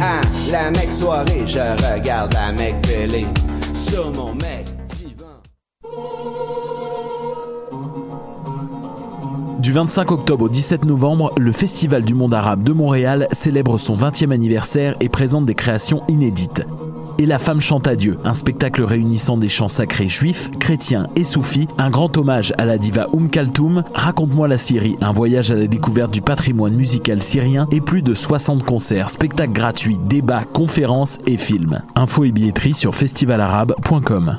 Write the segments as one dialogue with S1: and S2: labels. S1: à la mec soirée, je regarde la mec télé sur mon mec divan.
S2: Du 25 octobre au 17 novembre, le Festival du monde arabe de Montréal célèbre son 20e anniversaire et présente des créations inédites. Et la femme chante à Dieu, un spectacle réunissant des chants sacrés juifs, chrétiens et soufis, un grand hommage à la diva Oum Kaltoum, Raconte-moi la Syrie, un voyage à la découverte du patrimoine musical syrien et plus de 60 concerts, spectacles gratuits, débats, conférences et films. Info et billetterie sur festivalarabe.com.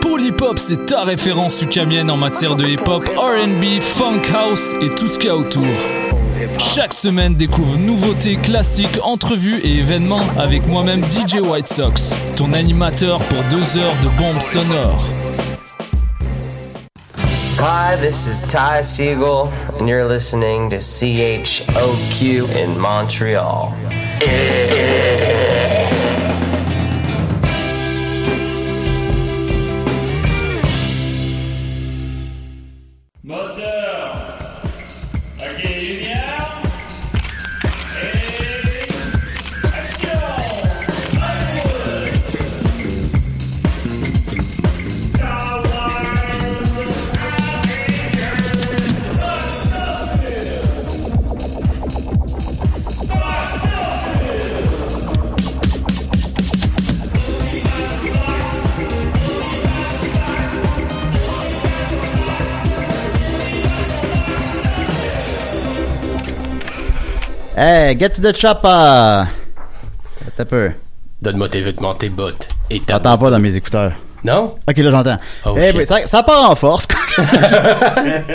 S3: Polypop, c'est ta référence ukamienne en matière de hip-hop, RB, funk house et tout ce qu'il y a autour. Chaque semaine, découvre nouveautés, classiques, entrevues et événements avec moi-même DJ White Sox, ton animateur pour deux heures de bombes sonores.
S4: Hi, this is Ty Siegel, and you're listening to CHOQ in Montreal.
S5: Moteur Ok, lumière Et... Action
S6: Hey, get to the chopper! Attends un peu.
S7: Donne-moi tes vêtements, tes bottes et ta.
S6: J'entends pas dans mes écouteurs.
S7: Non?
S6: Ok, là j'entends.
S7: Oh,
S6: Eh
S7: shit.
S6: oui, ça, ça part en force.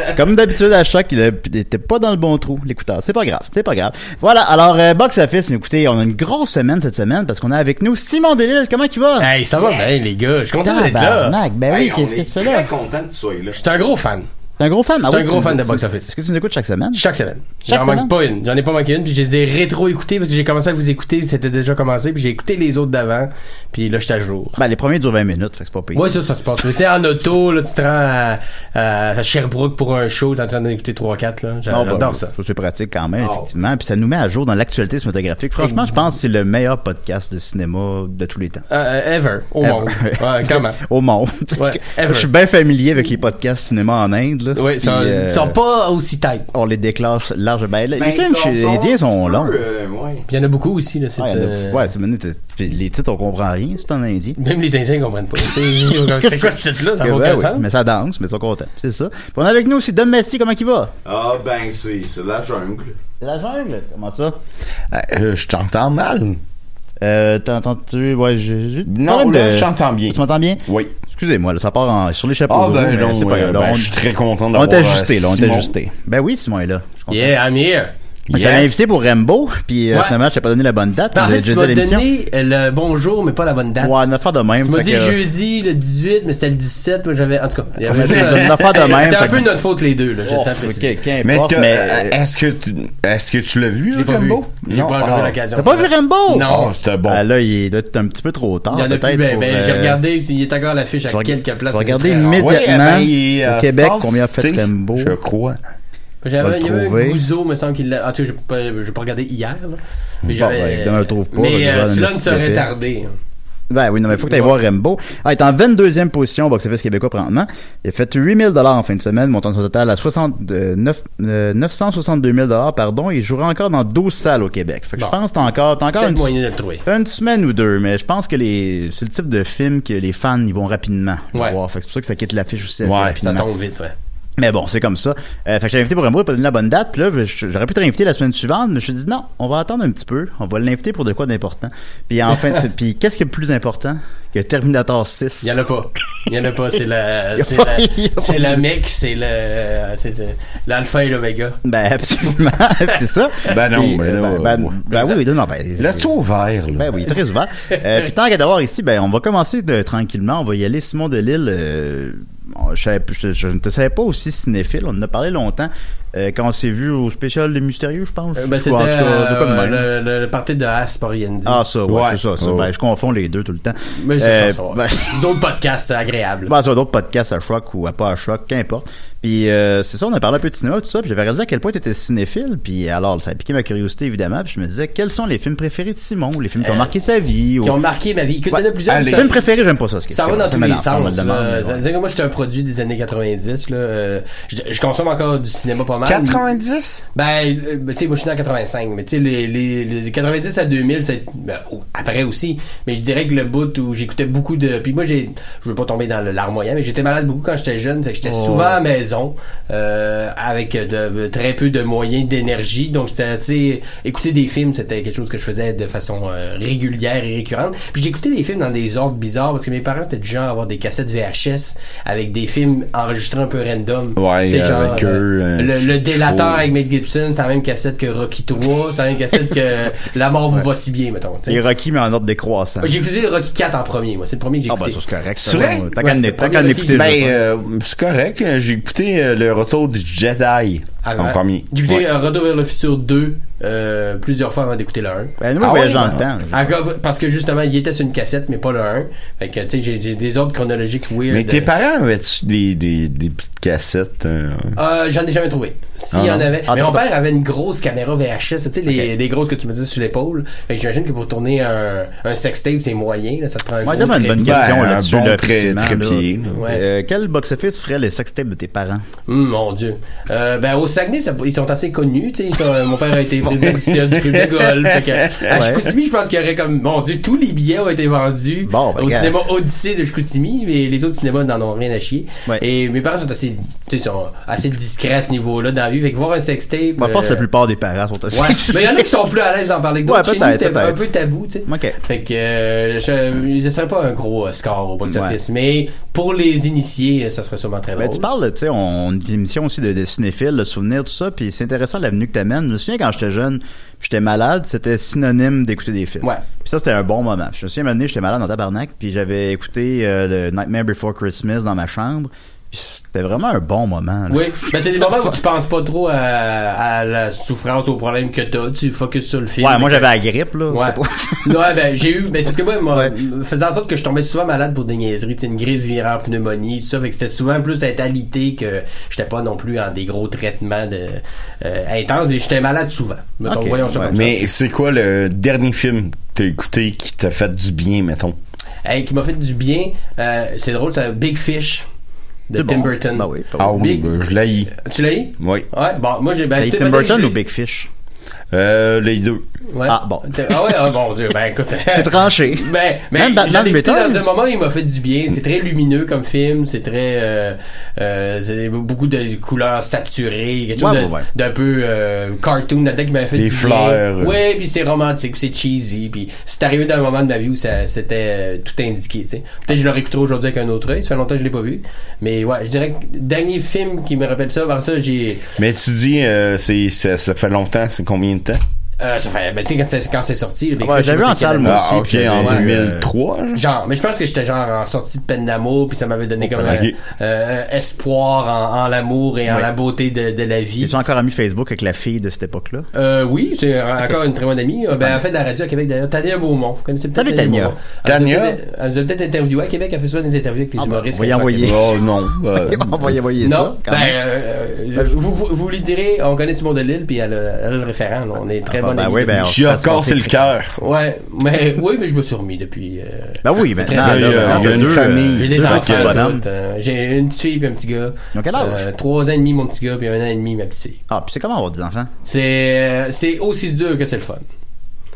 S6: c'est comme d'habitude à choc, il a- il était pas dans le bon trou, l'écouteur. C'est pas grave, c'est pas grave. Voilà, alors euh, Box Office, écoutez, on a une grosse semaine cette semaine parce qu'on a avec nous Simon Delille. Comment tu vas?
S7: Hey, ça va bien, les gars. Je suis content d'être là.
S6: Tabarnak, ben oui, qu'est-ce que tu fais là?
S8: Je suis content que tu sois là.
S7: Je suis un gros fan.
S6: T'es un gros fan, Ah
S7: Je suis un
S6: tu
S7: gros
S6: nous-
S7: fan de
S6: tu-
S7: Box Office.
S6: Est-ce que tu nous écoutes chaque semaine?
S7: Chaque semaine.
S6: Chaque
S7: J'en
S6: semaine?
S7: manque pas une. J'en ai pas manqué une. Puis je les ai rétro-écoutées parce que j'ai commencé à vous écouter. C'était déjà commencé. Puis j'ai écouté les autres d'avant. Puis là, je suis à jour.
S6: Ben, les premiers durent 20 minutes, fait que c'est pas pire.
S7: Ouais, ça, ça se passe. J'étais en auto, là, tu te rends à, à Sherbrooke pour un show, t'es en train d'écouter 3-4, là.
S6: Non,
S7: J'adore
S6: bah,
S7: ça.
S6: c'est pratique quand même,
S8: Oh.
S6: effectivement. Puis ça nous met à jour dans l'actualité cinématographique. Franchement, je pense que c'est le meilleur podcast de cinéma de tous les temps.
S7: Euh, euh, ever, au monde. Ouais, comment?
S6: Au monde.
S7: Ouais,
S6: je
S7: ever.
S6: suis bien familier avec les podcasts cinéma en Inde. Là.
S7: Ouais, ça,
S6: Puis,
S7: ils
S6: euh,
S7: sont pas aussi tight.
S6: On les déclasse large. Ben, là, les
S8: Ben,
S6: films
S8: ils
S6: chez les
S8: sont-
S6: Indiens sont
S8: un
S6: longs.
S8: petit peu, euh, ouais.
S7: Puis il y en a beaucoup aussi, là. C'est,
S6: Ouais,
S7: euh,
S6: ouais, tu me dis, t'es- puis les titres, on comprend rien, c'est en indien.
S7: Même les Indiens comprennent pas. C'est c'est quoi ce titre-là? Ça n'a
S6: Ben
S7: aucun
S6: oui,
S7: sens.
S6: Mais ça danse, mais ils sont contents. C'est ça. Puis on a avec nous aussi Dom Messi, comment il va?
S8: Ah ben c'est c'est la jungle.
S6: C'est la jungle. Comment ça?
S9: Euh, je t'entends mal.
S6: Euh, t'entends-tu? Ouais, j'ai. j'ai-
S9: Non,
S6: problème
S9: là,
S6: de-
S9: je t'entends bien.
S6: Tu m'entends bien?
S9: Oui.
S6: Excusez-moi, là, ça part en- sur les chapeaux.
S9: Ah
S6: de roue,
S9: ben
S6: mais c'est
S9: non,
S6: pas
S9: euh,
S6: grave. Là,
S9: ben,
S6: on-
S9: je suis très content
S6: On
S9: d'avoir
S6: est ajusté,
S9: euh,
S6: là, on est
S9: Simon.
S6: ajusté. Ben oui, Simon est là. Je suis content.
S7: Yeah, I'm here.
S6: J'avais
S9: Yes.
S6: invité pour Rambo, puis euh,
S7: Ouais.
S6: finalement, je t'ai pas donné la bonne date.
S7: En
S6: on a
S7: fait, tu
S6: déjà
S7: m'as
S6: dit l'émission.
S7: donné euh, le bonjour, mais pas la bonne date.
S6: Ouais, une affaire de même.
S7: Tu m'as
S6: fait
S7: dit
S6: que- euh,
S7: jeudi, le 18, mais c'était le 17. Moi, j'avais. En tout cas, il y
S6: On a
S7: avait
S6: dit une affaire de même,
S7: C'était
S6: fait
S7: un
S6: que-
S7: peu notre faute, les deux, là.
S6: Oh,
S7: J'ai apprécié.
S6: ok,
S9: Mais,
S6: qu'importe,
S9: t'as- euh,
S6: mais... euh,
S9: est-ce que tu est-ce que tu l'as vu
S7: Je l'ai pas vu.
S9: Rambo?
S7: J'ai pas
S9: ah.
S7: encore eu l'occasion.
S6: T'as pas vu Rambo?
S7: Non.
S9: Oh, c'était bon.
S6: Ah, là, il est là, t'es un petit peu trop tard,
S7: Il y en a
S6: Ah, peut-être.
S7: plus. Ben,
S6: pour,
S7: ben, j'ai
S6: euh,
S7: regardé, il est encore à l'affiche à
S6: je vais-
S7: quelques places.
S6: je vais regarder
S7: mais c'est très
S9: Ouais,
S7: rare.
S6: immédiatement.
S9: ben, il est,
S6: Au
S9: euh,
S6: Québec,
S9: Star
S6: combien a fait
S9: City,
S6: Rambo?
S9: Je crois.
S6: va le
S7: J'avais, il y avait
S6: trouver.
S7: un Gouzeau, me semble qu'il l'a. En tout cas, j'ai pas, j'ai pas regardé hier, là. Mais
S6: Bon,
S7: j'avais.
S6: ben, évidemment, je le trouve pas, je
S7: Mais
S6: regarde
S7: euh,
S6: un
S7: celui-là
S6: petit
S7: ne serait
S6: épais.
S7: tardé. hein.
S6: Ben oui, non, mais faut que t'ailles voir Rembo. Ah, il est en 22e position au box-office québécois présentement. Il a fait 8000 dollars en fin de semaine, montant son total à 60, euh, neuf- euh, 962 000 dollars, pardon. Il jouera encore dans 12 salles au Québec. Fait que je
S7: Bon.
S6: pense que t'as encore, t'as encore
S7: Peut-être
S6: une,
S7: moyen de le trouver.
S6: une semaine ou deux, mais je pense que les, c'est le type de film que les fans y vont rapidement. voir. Fait que c'est pour ça que ça quitte l'affiche aussi assez
S7: ça
S6: rapidement.
S7: tombe vite, ouais.
S6: Mais bon, c'est comme ça. Euh, fait que j'ai invité pour Rembo, il a pas donné la bonne date. puis Là, je- j'aurais pu te réinviter la semaine suivante, mais je me suis dit non, on va attendre un petit peu. On va l'inviter pour de quoi d'important. Puis enfin, tu sais, puis qu'est-ce qui est le plus important que Terminator 6
S7: Il y en a pas. Il y en a pas. C'est
S6: Y
S7: la,
S6: a
S7: c'est
S6: pas-
S7: la,
S6: y a pas-
S7: c'est la mec, c'est le, c'est c'est l'alpha et l'oméga.
S6: Ben absolument, c'est ça.
S9: Ben non,
S6: Puis,
S9: ben non,
S6: euh, ben, ben,
S9: ouais.
S6: ben oui, non, non, ben,
S9: Laisse-toi ouvert, là.
S6: Ben oui, très ouvert. Euh, puis tant qu'à d'avoir ici, ben on va commencer de- tranquillement. On va y aller. Simon Delille, euh, on- je, savais- je- je ne te savais pas aussi cinéphile. On en a parlé longtemps euh, quand on s'est vu au spécial des Mystérieux, je pense.
S7: Euh, ben,
S6: Ou
S7: c'était
S6: en tout cas, de quoi de
S7: euh,
S6: même.
S7: le, le, le parti de Asporiandi.
S6: Ah ça, ouais, c'est ça. ça. Ben, je confonds les deux tout le temps.
S7: Mais c'est
S6: Euh,
S7: ça, ça va.
S6: ben,
S7: D'autres podcasts, c'est agréable.
S6: Bah, sur d'autres podcasts à choc ou à pas à choc, qu'importe. Puis euh, c'est ça, on a parlé un peu de cinéma, tout ça, puis j'avais réalisé à quel point tu étais cinéphile, puis alors ça a piqué ma curiosité évidemment, puis je me disais quels sont les films préférés de Simon, ou les films qui ont
S7: Euh,
S6: marqué sa vie, ou...
S7: qui ont marqué ma vie. Écoute, il y en a plusieurs,
S6: Ah, Les
S7: ça-
S6: films préférés, j'aime pas ça. ce qui-
S7: Ça va
S6: c'est-
S7: dans
S6: ça
S7: tous les
S6: m'énerve, on me
S7: sens. euh,
S6: le demande,
S7: là.
S6: mais ouais.
S7: C'est-à-dire que moi, j'étais un produit des années 90. Là. Euh, Je, je consomme encore du cinéma pas mal.
S9: 90?
S7: Ben, euh, ben, tu sais, moi, je suis né en 85. Mais tu sais, les, les, les 90 à 2000, c'est ben, au- après aussi. Mais je dirais que le bout où j'écoutais beaucoup de... Puis moi, j'ai je veux pas tomber dans le larmoyant, mais j'étais malade beaucoup quand j'étais jeune. Fait que j'étais
S10: Oh.
S7: souvent à la maison euh, avec de, très peu de moyens d'énergie. Donc, c'était assez... Écouter des films, c'était quelque chose que je faisais de façon euh, régulière et récurrente. Puis j'écoutais des films dans des ordres bizarres parce que mes parents étaient du genre à avoir des cassettes VHS avec des films enregistrés un peu random.
S9: Ouais,
S7: T'es genre,
S9: avec eux,
S7: euh,
S9: euh,
S7: le, le délateur
S9: faut-
S7: avec Mel Gibson, c'est la même cassette que Rocky 3, c'est la même cassette que La mort vous va si bien, mettons. t'sais.
S6: Les Rocky, mais en ordre décroissant. ben,
S7: J'ai écouté Rocky 4 en premier, moi. C'est le premier que j'ai écouté. Ah, bah,
S6: c'est correct.
S9: C'est vrai?
S6: T'as qu'à
S7: le
S6: en- t'as qu'à en
S7: premier
S6: écouter
S9: Ben,
S6: juste un.
S9: euh, c'est correct. euh, J'ai écouté euh, le retour du Jedi
S7: Ah,
S9: en
S7: ouais.
S9: premier.
S7: J'ai écouté
S9: Ouais.
S7: euh, Retour vers le futur 2 euh, plusieurs fois avant d'écouter le 1.
S6: Ben, nous, on voyage dans le temps.
S7: Encore, parce que justement, il était sur une cassette, mais pas le 1. Fait que, tu sais, j'ai- j'ai des ordres chronologiques weird.
S9: Mais tes
S7: Euh,
S9: parents avaient-tu des, des, des petites cassettes? euh?
S7: Euh, j'en ai jamais trouvé. S'il
S9: Ah,
S7: y en
S9: non.
S7: avait.
S9: Ah,
S7: mais
S9: t'as-
S7: mon père avait une grosse caméra VHS, tu sais, les, les grosses que tu me disais sur l'épaule. Fait que j'imagine que pour tourner un, un sextape, c'est moyen, là, ça te prend un
S6: Ouais,
S7: gros
S6: donne-moi une
S7: trépied.
S6: bonne question là-dessus. là, effectivement, là.
S9: trépied, là.
S7: Ouais.
S6: Euh, Quel box-office ferait les sextapes de tes parents?
S7: Hum, mon Dieu. Euh, ben, au Saguenay, ça- ils sont assez connus. tu sais, ils sont- euh, mon père a été président du CA du club de golf. Fait que, à
S6: Ouais.
S7: Chicoutimi, je pense qu'il y aurait comme... Mon Dieu, tous les billets ont été vendus au
S6: ben, regarde.
S7: cinéma Odyssée de Chicoutimi, mais les autres cinémas n'en ont rien à chier. Et mes parents sont assez, tu sais, sont assez discrets à ce niveau-là dans la vie. Fait que voir un sextape...
S6: Je pense que
S7: euh,
S6: la plupart des parents sont assez...
S7: Ouais, mais il y en a qui sont plus à l'aise d'en parler que
S6: Ouais,
S7: d'autres. Chez nous,
S6: peut-être,
S7: c'était un
S6: peut-être.
S7: peu tabou, tu sais. Fait que euh, je, je serais pas un gros euh, score au box-office, mais pour les initiés, euh, ça serait sûrement très drôle.
S6: Ben, tu parles, tu sais, on on a une émission aussi de, de cinéphiles, de souvenirs, tout ça, puis c'est intéressant l'avenue que t'amènes. Je me souviens quand j'étais jeune, j'étais malade, c'était synonyme d'écouter des films. Puis ça, c'était un bon moment. Je me souviens, un moment donné, j'étais malade dans tabarnak, puis j'avais écouté euh, le Nightmare Before Christmas dans ma chambre, puis c'était vraiment un bon moment. là.
S7: Oui, ben, c'est des moments où tu penses pas trop à, à la souffrance, aux problèmes que t'as, tu focuses sur le film.
S6: Ouais, moi j'avais la grippe, là.
S7: Ouais. ouais, ben, j'ai eu, ben, c'est parce que moi, moi, faisant en sorte que je tombais souvent malade pour des niaiseries, tu sais, une grippe virale, pneumonie, tout ça, fait que c'était souvent plus d'être alité que j'étais pas non plus en des gros traitements de, euh, intenses, mais j'étais malade souvent. Mettons,
S9: Ok,
S7: voyons ça
S9: ouais.
S7: comme ça.
S9: Mais c'est quoi le dernier film que t'as écouté qui t'a fait du bien, mettons?
S7: Hey, qui m'a fait du bien. Euh, c'est drôle, ça. Big Fish de
S9: C'est
S7: Tim
S9: bon.
S7: Burton.
S9: Ah oui,
S7: Big-
S9: ben, je l'ai.
S7: Tu l'as eu?
S9: Oui.
S7: Ouais, bon, moi j'ai. ben, tu sais, peut-être que j'ai-
S6: Big Fish?
S9: Euh, les deux.
S7: Ouais.
S9: Ah, bon.
S7: Ah ouais, ah, bon Dieu, ben écoute.
S6: C'est tranché.
S7: Ben, mais
S6: Même Batman
S7: j'en ai écouté
S6: Returns.
S7: dans un moment, il m'a fait du bien. C'est très lumineux comme film, c'est très, euh, euh, c'est beaucoup de couleurs saturées, quelque chose
S9: Ouais,
S7: de-
S9: ouais, ouais.
S7: d'un peu euh, cartoon là-dedans qui m'a fait
S9: Des
S7: du
S9: fleurs.
S7: bien. Ouais, puis c'est romantique, puis c'est cheesy, puis c'est arrivé dans un moment de ma vie où ça, c'était euh, tout indiqué. tu sais. Peut-être que je le réécouterai aujourd'hui avec un autre œil. Ça fait longtemps que je l'ai pas vu, mais ouais, je dirais que dernier film qui me rappelle ça. Par ça, j'ai
S9: Mais tu dis, euh, c'est, ça, ça fait longtemps, c'est combien de temps?
S7: euh, ça fait, ben, tu sais, quand c'est- quand c'est sorti, le Big
S9: Ah ouais,
S7: Fish,
S9: j'avais
S7: c'est
S9: en salle,
S7: Canada.
S9: moi aussi, Ah, puis ok, j'avais, en euh, 2003,
S7: Genre, mais je pense que j'étais genre en sortie de peine d'amour, puis ça m'avait donné comme un
S6: ok.
S7: euh, un espoir en, en l'amour et en
S6: Ouais.
S7: la beauté de, de la vie.
S6: J'ai encore ami Facebook avec la fille de cette époque-là.
S7: Euh, oui, c'est encore une très bonne amie. Euh, Ben, elle fait de la radio à Québec d'ailleurs. Tania Beaumont. Vous connaissez peut-être
S6: Salut, Tania.
S7: Beaumont. Elle vous a
S6: Tania. Ah, bah,
S7: peut-être- Elle nous a peut-être interviewé à Québec. Elle fait souvent des interviews avec les humoristes.
S6: on va y
S7: comme ça.
S6: envoyer.
S9: Oh non. euh,
S6: On va y envoyer
S7: non,
S6: ça, quand
S7: ben,
S6: même.
S7: euh, euh, vous, vous, vous lui direz, on connaît Timon Delille, puis elle a, elle a le référent. là. On est très bonne
S6: Ah, ben
S7: amie
S6: oui,
S7: depuis-
S6: ben, on
S9: Tu as
S6: se passe
S9: cassé le
S6: fréquent.
S9: cœur.
S7: Ouais, mais oui, mais je me suis remis depuis. euh,
S6: Ben oui,
S7: très
S6: maintenant,
S7: longtemps.
S9: là, ben, on a une
S6: deux,
S9: famille.
S6: euh,
S7: J'ai des
S6: deux
S7: enfants,
S6: petits bonhommes.
S7: tout, euh, J'ai une petite fille et un petit gars.
S6: Ils ont quel âge?
S7: Euh, trois ans et demi mon petit gars puis un an et demi ma petite fille.
S6: Ah, puis c'est comment avoir des enfants?
S7: C'est euh, c'est aussi dur que c'est le fun.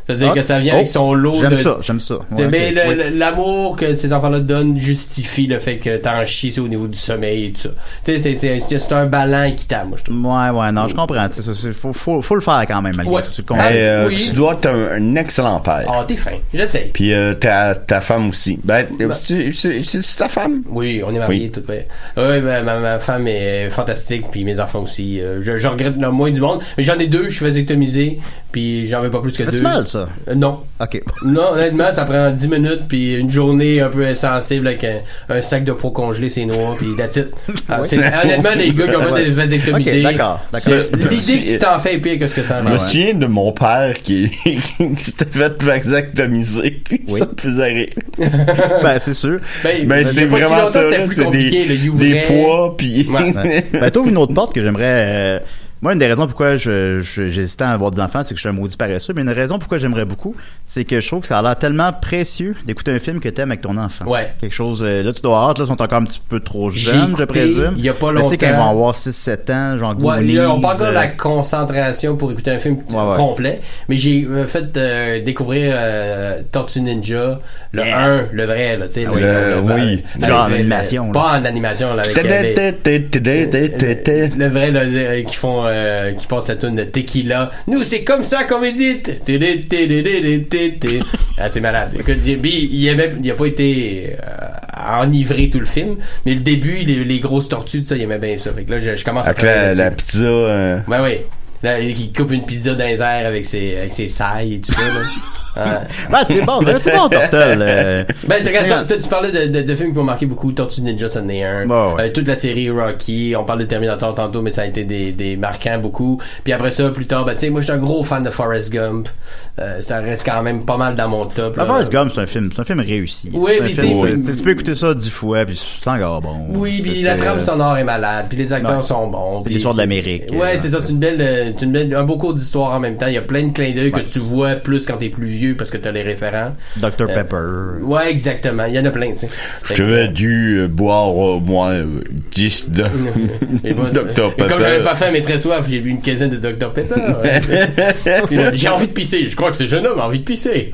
S7: C'est-à-dire
S6: Ah,
S7: que ça vient
S6: oh,
S7: avec son lot
S6: J'aime
S7: de
S6: ça, j'aime ça. Ouais,
S7: C'est- mais
S6: ok.
S7: le-
S6: Oui.
S7: le- l'amour que ces enfants-là te donnent justifie le fait que t'en chies c'est au niveau du sommeil et tout ça. Tu sais, c'est- c'est c'est- c'est un ballon équitable, moi, je trouve.
S6: Ouais, ouais, non, je comprends. tu sais, ça, c'est- faut, faut, faut le faire quand même, malgré
S7: Ouais.
S6: tout. Tu le
S9: Hey,
S6: comprends.
S9: euh,
S7: oui.
S9: Tu dois être un, un excellent père.
S7: Ah, t'es fin. J'essaie.
S9: Puis euh, ta, ta femme aussi. Ben, c'est- c'est c'est ta femme?
S7: Oui, on est mariés
S9: Oui.
S7: tout ouais. Ouais, ma, ma, ma femme est fantastique, puis mes enfants aussi. Euh, je, je regrette le moins du monde. Mais j'en ai deux, je suis vasectomisé, puis j'en veux pas plus que
S6: Fait-tu
S7: deux.
S6: mal, ça?
S7: Euh, non.
S6: Ok.
S7: Non, honnêtement, ça prend 10 minutes, puis une journée un peu insensible avec un, un sac de peau congelé, c'est noir, puis that's it. Ah, c'est- Honnêtement, les gars qui ont
S6: Ouais.
S7: fait des vasectomisés,
S6: Ok, d'accord, d'accord.
S7: c'est- l'idée que
S9: Merci.
S7: tu t'en fais est pire que ce que ça en
S9: Je
S7: est.
S9: me souviens de mon père qui, qui s'était fait vasectomiser, puis
S6: Oui.
S9: ça me faisait rire.
S6: ben, c'est sûr.
S7: Ben,
S9: Ben,
S7: il y a
S9: c'est
S7: pas si
S9: vraiment
S7: longtemps,
S9: ça,
S7: c'était
S9: là,
S7: plus
S9: c'est
S7: compliqué,
S9: des,
S7: le Youvray.
S9: des poids, puis...
S7: Ouais.
S6: Ouais. ben, t'ouvres une autre porte que j'aimerais. euh, moi, une des raisons pourquoi je- je- j'hésitais à avoir des enfants, c'est que je suis un maudit paresseux. Mais une raison pourquoi j'aimerais beaucoup, c'est que je trouve que ça a l'air tellement précieux d'écouter un film que t'aimes avec ton enfant.
S7: Ouais.
S6: Quelque chose. euh, là, tu dois avoir hâte. Là, ils sont encore un petit peu trop
S7: J'ai
S6: jeunes, je
S7: écouté,
S6: présume.
S7: il y a pas
S6: Mais Tu sais, quand ils
S7: longtemps.
S6: vont avoir 6-7 ans, genre
S7: Ouais,
S6: Goonies,
S7: là, on parle pas de la
S6: euh,
S7: concentration pour écouter un film
S6: Ouais, ouais.
S7: complet, mais j'ai euh, fait euh, découvrir euh, Tortue Ninja, le
S6: Yeah.
S7: 1, le vrai, là, tu sais.
S9: oui. Le- oui.
S6: Genre en
S7: euh,
S6: animation, là.
S7: Pas en animation, là, avec euh, les-
S9: Tadadadadadadada.
S7: le vrai là, euh, qui font euh, qui passent la tune de tequila nous c'est comme ça qu'on médite Télé, télé, télé, télé, télé. ah, c'est malade Écoute, j'ai- puis, il, avait, il a pas été euh, enivré tout le film mais le début les, les grosses tortues tout ça il aimait bien ça fait que là je, je commence à
S9: Avec la,
S7: travailler
S9: la
S7: là-dessus.
S9: pizza... euh,
S7: Ouais, ouais. Là, il coupe une pizza dans les airs avec ses, avec ses sailles et tout ça, là. Ouais.
S6: Ben, c'est bon, ben, c'est bon, Tortel. euh.
S7: Ben, t'as-
S6: C'est-
S7: t'as- t'as- tu parlais de, de, de films qui m'ont marqué beaucoup. Tortue Ninja, ça en est un.
S6: Bah Ouais, ouais.
S7: Euh, toute la série Rocky. On parle de Terminator tantôt, mais ça a été des, des marquants beaucoup. Puis après ça, plus tard, ben, tu sais, moi, je suis un gros fan de Forrest Gump. Euh, ça reste quand même pas mal dans mon top.
S6: La
S7: là.
S6: Ah, Forrest Gump, c'est un film, c'est un film réussi.
S7: Oui,
S6: C'est un
S7: puis
S6: film,
S7: tu sais,
S6: c'est-
S7: c'est-
S6: c'est- tu peux écouter ça dix fois, puis c'est encore bon.
S7: Oui,
S6: C'est-
S7: puis la
S6: c'est- euh,
S7: trame sonore est malade, puis les acteurs
S6: Ouais.
S7: sont bons.
S6: C'est
S7: puis
S6: l'histoire de l'Amérique.
S7: Ouais,
S6: Euh,
S7: c'est ça, c'est une belle, euh, c'est une belle, un beau cours d'histoire en même temps. Il y a plein de clins d'œil que tu vois plus quand t'es plus vieux parce que t'as les référents.
S6: Dr
S7: Euh,
S6: Pepper.
S7: Ouais, exactement. Il y en a plein, tu sais.
S9: Je
S7: Fait que-
S9: t'aurais dû euh, boire au moins euh, 10 de
S7: Et moi,
S9: Dr.
S7: et Comme j'avais
S9: Pepper.
S7: pas faim, mais très soif, j'ai bu une quinzaine de Dr Pepper. ouais. Puis là, j'ai envie de pisser. Je crois que ce jeune homme a envie de pisser.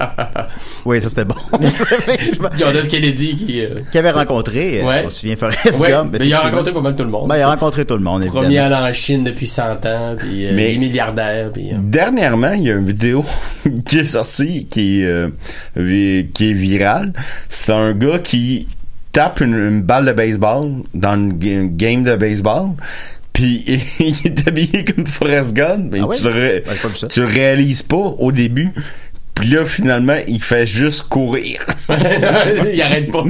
S6: Oui, ça c'était bon. Effectivement.
S7: John F. Kennedy qui. euh,
S6: Qu'il avait rencontré, euh,
S7: Ouais.
S6: on se souvient Forrest
S7: ouais,
S6: Gump.
S7: mais il a
S6: effectivement.
S7: rencontré pas mal tout le monde.
S6: Ben, il a rencontré tout le monde,
S7: Premier
S6: évidemment.
S7: allant en Chine depuis 100 ans, puis euh,
S9: Mais-
S7: il est milliardaire, puis. euh,
S9: Dernièrement, il y a une vidéo qui est sortie, qui est, euh, vi- qui est virale. C'est un gars qui tape une, une balle de baseball dans une, ga- une game de baseball. Puis il est habillé comme Forrest Gump, mais
S6: Ah ouais?
S9: tu, le ré-
S6: Ben, j'ai pas vu ça.
S9: tu le réalises pas au début. Puis là, finalement, il fait juste courir.
S7: il arrête pas.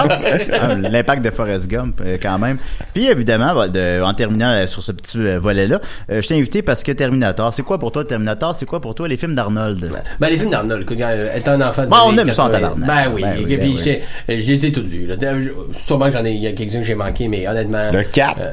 S6: Ah, L'impact de Forrest Gump, euh, quand même. Puis évidemment, bah, de- en terminant euh, sur ce petit euh, volet-là, euh, je t'ai invité parce que Terminator, c'est quoi pour toi Terminator C'est quoi pour toi les films d'Arnold
S7: Ben, les films d'Arnold, écoute, quand, euh, étant un enfant de
S6: Bon, on aime ça en
S7: 80,
S6: tabarnak.
S7: Ben oui,
S6: Ben oui,
S7: et
S6: ben
S7: puis
S6: oui.
S7: j'ai- euh, je les ai toutes vues. Là. Je- Sûrement que j'en ai, il y a quelques-uns que j'ai manqué, mais honnêtement.
S9: Le cap.
S7: euh,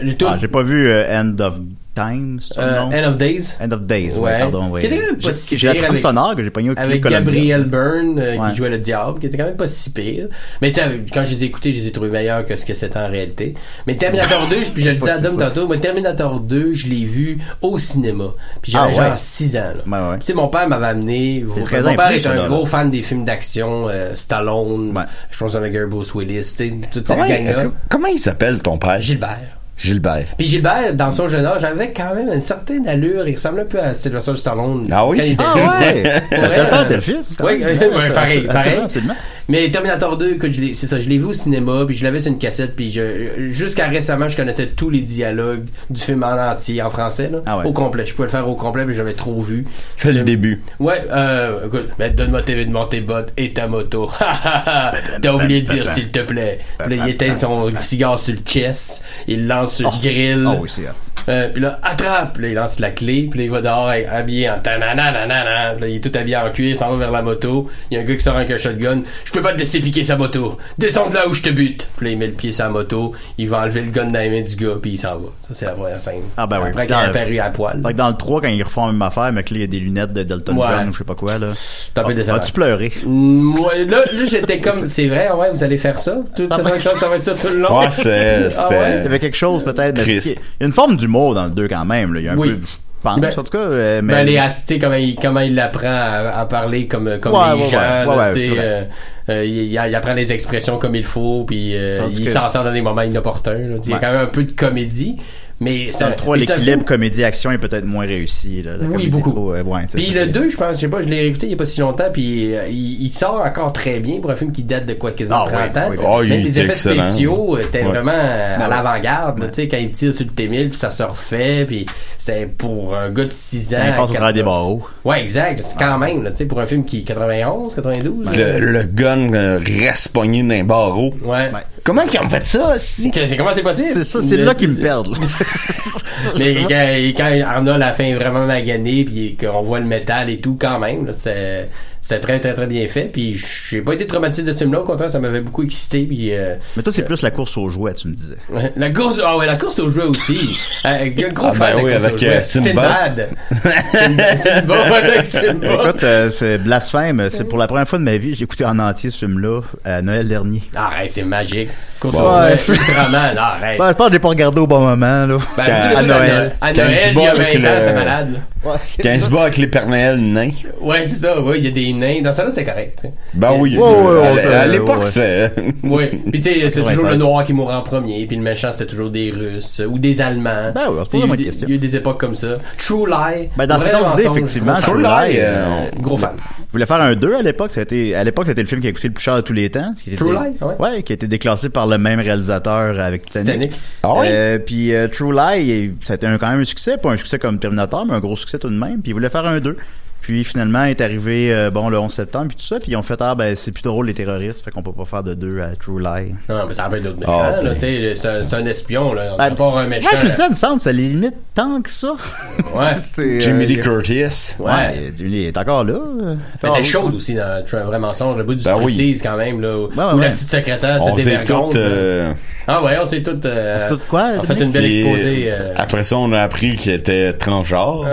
S7: le, le tout,
S6: Ah, J'ai pas vu euh, End of Time, c'est
S7: euh,
S6: son nom?
S7: End of Days.
S6: End of Days, ouais,
S7: Ouais.
S6: pardon, oui.
S7: Qui était quand même pas
S6: J'ai-
S7: si
S6: J'ai la
S7: pire
S6: trame
S7: avec-
S6: sonore que j'ai pognée au clip
S7: avec
S6: colombien.
S7: Gabriel Byrne euh,
S6: Ouais.
S7: qui jouait le diable qui était quand même pas si pire mais t'as- quand je les ai écoutés je les ai trouvés meilleurs que ce que c'était en réalité mais Terminator 2 je- puis je le disais à
S6: Ouais,
S7: Dom
S6: c'est ça.
S7: tantôt moi Terminator 2 je l'ai vu au cinéma puis j'avais
S6: Ah ouais.
S7: genre 6 ans là.
S6: Ouais, ouais.
S7: tu sais mon père m'avait amené vous- mon
S6: très
S7: père
S6: impliqué,
S7: est
S6: ça, là,
S7: un gros
S6: là.
S7: fan des films d'action euh, Stallone
S6: Ouais.
S7: Schwarzenegger Bruce Willis tu sais, toute cette
S9: Comment,
S7: gang là
S9: euh, comment il s'appelle ton père?
S7: Gilbert
S9: Gilbert.
S7: puis Gilbert, dans son jeune âge, avait quand même une certaine allure. Il ressemblait un peu à Sylvester Stallone.
S9: Ah oui?
S7: quand il était
S6: Ah
S7: jeune.
S6: ouais!
S7: Pour
S6: T'as
S7: vrai,
S6: le père,
S7: euh,
S6: t'as le fils? quand
S7: Oui,
S6: même.
S7: ouais, pareil,
S6: Absolument,
S7: pareil.
S6: Absolument.
S7: Mais Terminator 2, écoute, je l'ai- c'est ça, je l'ai vu au cinéma, puis je l'avais sur une cassette, puis je, jusqu'à récemment, je connaissais tous les dialogues du film en entier, en français, là,
S6: Ah ouais.
S7: au complet. Je pouvais le faire au complet, mais j'avais trop vu.
S9: Fais le début.
S7: Ouais, euh, écoute, ben, donne-moi tes vêtements, tes bottes et ta moto. Ha, ha, ha. T'as oublié de dire, s'il te plaît. Puis là, il éteint son cigare sur le chest, il lance sur le grill.
S6: Oh oui, c'est hot.
S7: Euh, puis là, attrape! Puis là, il lance la clé. Puis là, il va dehors euh, habillé en tananananana. Puis là, il est tout habillé en cuir, il s'en va vers la moto. Il y a un gars qui sort avec un shotgun. Je peux pas te laisser piquer sa moto. Descends de là où je te bute. Puis là, il met le pied sur la moto. Il va enlever le gun dans les mains du gars. Puis il s'en va. Ça, c'est la première scène.
S6: Ah ben oui.
S7: Après qu'il est apparu à poil.
S6: Fait que dans le 3, quand ils refont la même affaire, mais que là, il y a des lunettes de Dalton
S7: Ouais.
S6: John ou je sais pas quoi, là. Ah,
S7: T'as un peu décevant.
S6: As-tu pleuré?
S7: Moi, là, là j'étais comme, c'est vrai, ah ouais, vous allez faire ça? Tout,
S6: Ah, ben,
S7: ça, va être ça, ça va être ça tout le long? Ah ouais?
S6: Il y avait quelque chose, peut-être. mais
S7: Triste.
S6: Il y a une forme d'humour dans le 2 quand même, là. Il y a un
S7: Oui.
S6: peu. Je pense,
S7: Ben,
S6: en tout cas. euh, mais...
S7: Ben, les as- tu sais, comment il, comment il apprend à, à parler comme, comme
S6: Ouais,
S7: les
S6: ouais,
S7: gens,
S6: ouais,
S7: là,
S6: ouais,
S7: tu sais,
S6: c'est vrai.
S7: euh, euh, il, il- il apprend les expressions comme il faut, puis euh,
S6: Tandis
S7: il
S6: que-
S7: s'en sort dans des moments inopportuns. là. Il y a
S6: Ouais.
S7: quand même un peu de comédie, mais c'est
S6: dans
S7: un
S6: le 3,
S7: mais c'est un
S6: l'équilibre comédie-action est peut-être moins réussi. Là. La
S7: Oui,
S6: comédie
S7: beaucoup.
S6: trop, euh, ouais, c'est
S7: Puis
S6: ça.
S7: le 2, je pense, je sais pas, je l'ai réécouté il y a pas si longtemps, puis euh, il, il sort encore très bien pour un film qui date de quoi, quasiment
S6: Ah,
S7: 30 ans.
S6: oui, oui.
S9: Ah, il
S7: Même les
S9: était
S7: effets
S9: excellent.
S7: spéciaux étaient
S9: Ouais.
S7: vraiment euh,
S6: Ben
S7: à
S6: ouais.
S7: l'avant-garde, là, tu sais, quand il tire sur le T-1000, puis ça se refait, puis c'était pour un gars de 6 ans.
S6: Il passe au
S7: quatre-
S6: travers des barreaux.
S7: Ouais, exact, c'est quand même, là, tu sais, pour un film qui est 91, 92.
S9: Le,
S7: là.
S9: le gun euh, reste pogné dans les barreaux.
S7: Ouais.
S9: Comment qu'ils ont fait ça? si?
S7: Que- c'est- Comment c'est possible?
S6: C'est ça, c'est là qu'ils me perdent. là.
S7: Mais quand, quand Arnold à la fin est vraiment magané, puis qu'on voit le métal et tout, quand même, là, c'est- c'était très, très, très bien fait. Puis j'ai pas été traumatisé de ce film-là, au contraire, ça m'avait beaucoup excité. Puis euh,
S6: Mais toi, c'est plus la course aux jouets, tu me disais.
S7: la course, ah ouais, la course au jeu aussi. Euh, un gros
S9: Ah, ben
S7: fan de
S9: oui,
S7: course
S9: avec,
S7: au jeu.
S9: euh, Simba.
S7: Simba. Simba, avec Simba.
S6: Écoute, euh, c'est blasphème. C'est pour la première fois de ma vie, j'ai écouté en entier ce film-là euh, à Noël dernier.
S7: Ah, Arrête, c'est magique. Course
S6: Bon.
S7: au
S6: Ouais.
S7: jeu, Ultraman, arrête.
S6: Ben, je pense que je l'ai pas regardé au bon moment, là.
S7: Eh. Ben,
S6: à
S7: tout le monde
S6: Noël.
S7: À
S9: Quand
S7: Noël,
S9: tu
S7: il y
S9: bats
S7: a 20 ans,
S9: avec
S7: c'est
S9: le-
S7: malade. là.
S6: Ouais, c'est
S9: Quand il
S6: ça.
S9: se bat avec les Père Noël nains.
S7: Ouais, c'est ça, ouais, il y a des nains. Dans ça, là, c'est correct. tu sais.
S9: Ben oui,
S6: Ouais, ouais,
S9: à-
S6: ouais,
S9: à,
S6: ouais,
S9: l'époque,
S6: ouais.
S9: c'est...
S7: Oui, puis tu sais, c'était
S6: Ouais,
S7: toujours
S6: ça-
S7: le noir qui mourait en premier, puis le méchant c'était toujours des Russes euh, ou des Allemands.
S6: Ben oui, on se
S7: Tu sais, il
S6: pose la
S7: y a
S6: bonne
S7: eu des-
S6: question.
S7: Il y a eu des époques comme ça. True Lie.
S6: Ben, dans
S7: vrai
S6: cette ordre d'idée,
S7: mensonge,
S6: effectivement,
S7: gros fan.
S6: True Lie,
S9: euh,
S7: Euh, Gros fan.
S6: Je voulais faire un 2 à l'époque. ça a été- À l'époque, c'était le film qui a coûté le plus cher de tous les temps. ce Qui était,
S7: True Lie, ouais.
S6: qui a été déclassé par le même réalisateur avec Titanic.
S7: Titanic.
S9: Ah oui?
S6: Euh, puis euh, True Lie, il- ça a été un- quand même un succès. Pas un succès comme Terminator, mais un gros succès tout de même. Puis ils voulaient faire un 2. Puis finalement, est arrivé euh, bon le 11 septembre puis tout ça. Puis ils ont fait ah ben c'est plus drôle les terroristes, fait qu'on peut pas faire de 2 à True Lie.
S7: Non, mais ça rappelle d'autres méchants,
S9: Ah,
S7: là,
S9: ben.
S7: tu sais, c'est un- c'est un espion, là. On
S6: Ben,
S7: peut pas avoir un méchant.
S6: Ouais,
S7: là.
S6: je le dis, il me semble, ça les limite tant que ça.
S7: Ouais.
S6: C'est, euh,
S9: Jimmy
S6: il-
S9: Lee Curtis.
S7: Ouais.
S6: Ouais, Ah, Jimmy Lee est encore là.
S7: Mais t'es chaude aussi dans True Vrai Mensonge, le bout du
S9: Ben oui.
S7: striptease quand même, là. Où,
S6: Ben, ouais,
S7: où la
S6: ouais.
S7: petite secrétaire se
S9: On s'est
S7: dévergonde.
S9: tous... euh,
S7: Ah ouais, on s'est toutes. euh,
S6: On s'est toutes quoi,
S7: On a fait
S6: Dominique?
S7: une belle
S9: et
S7: exposée. euh,
S9: Après ça, on a appris qu'il était transgenre.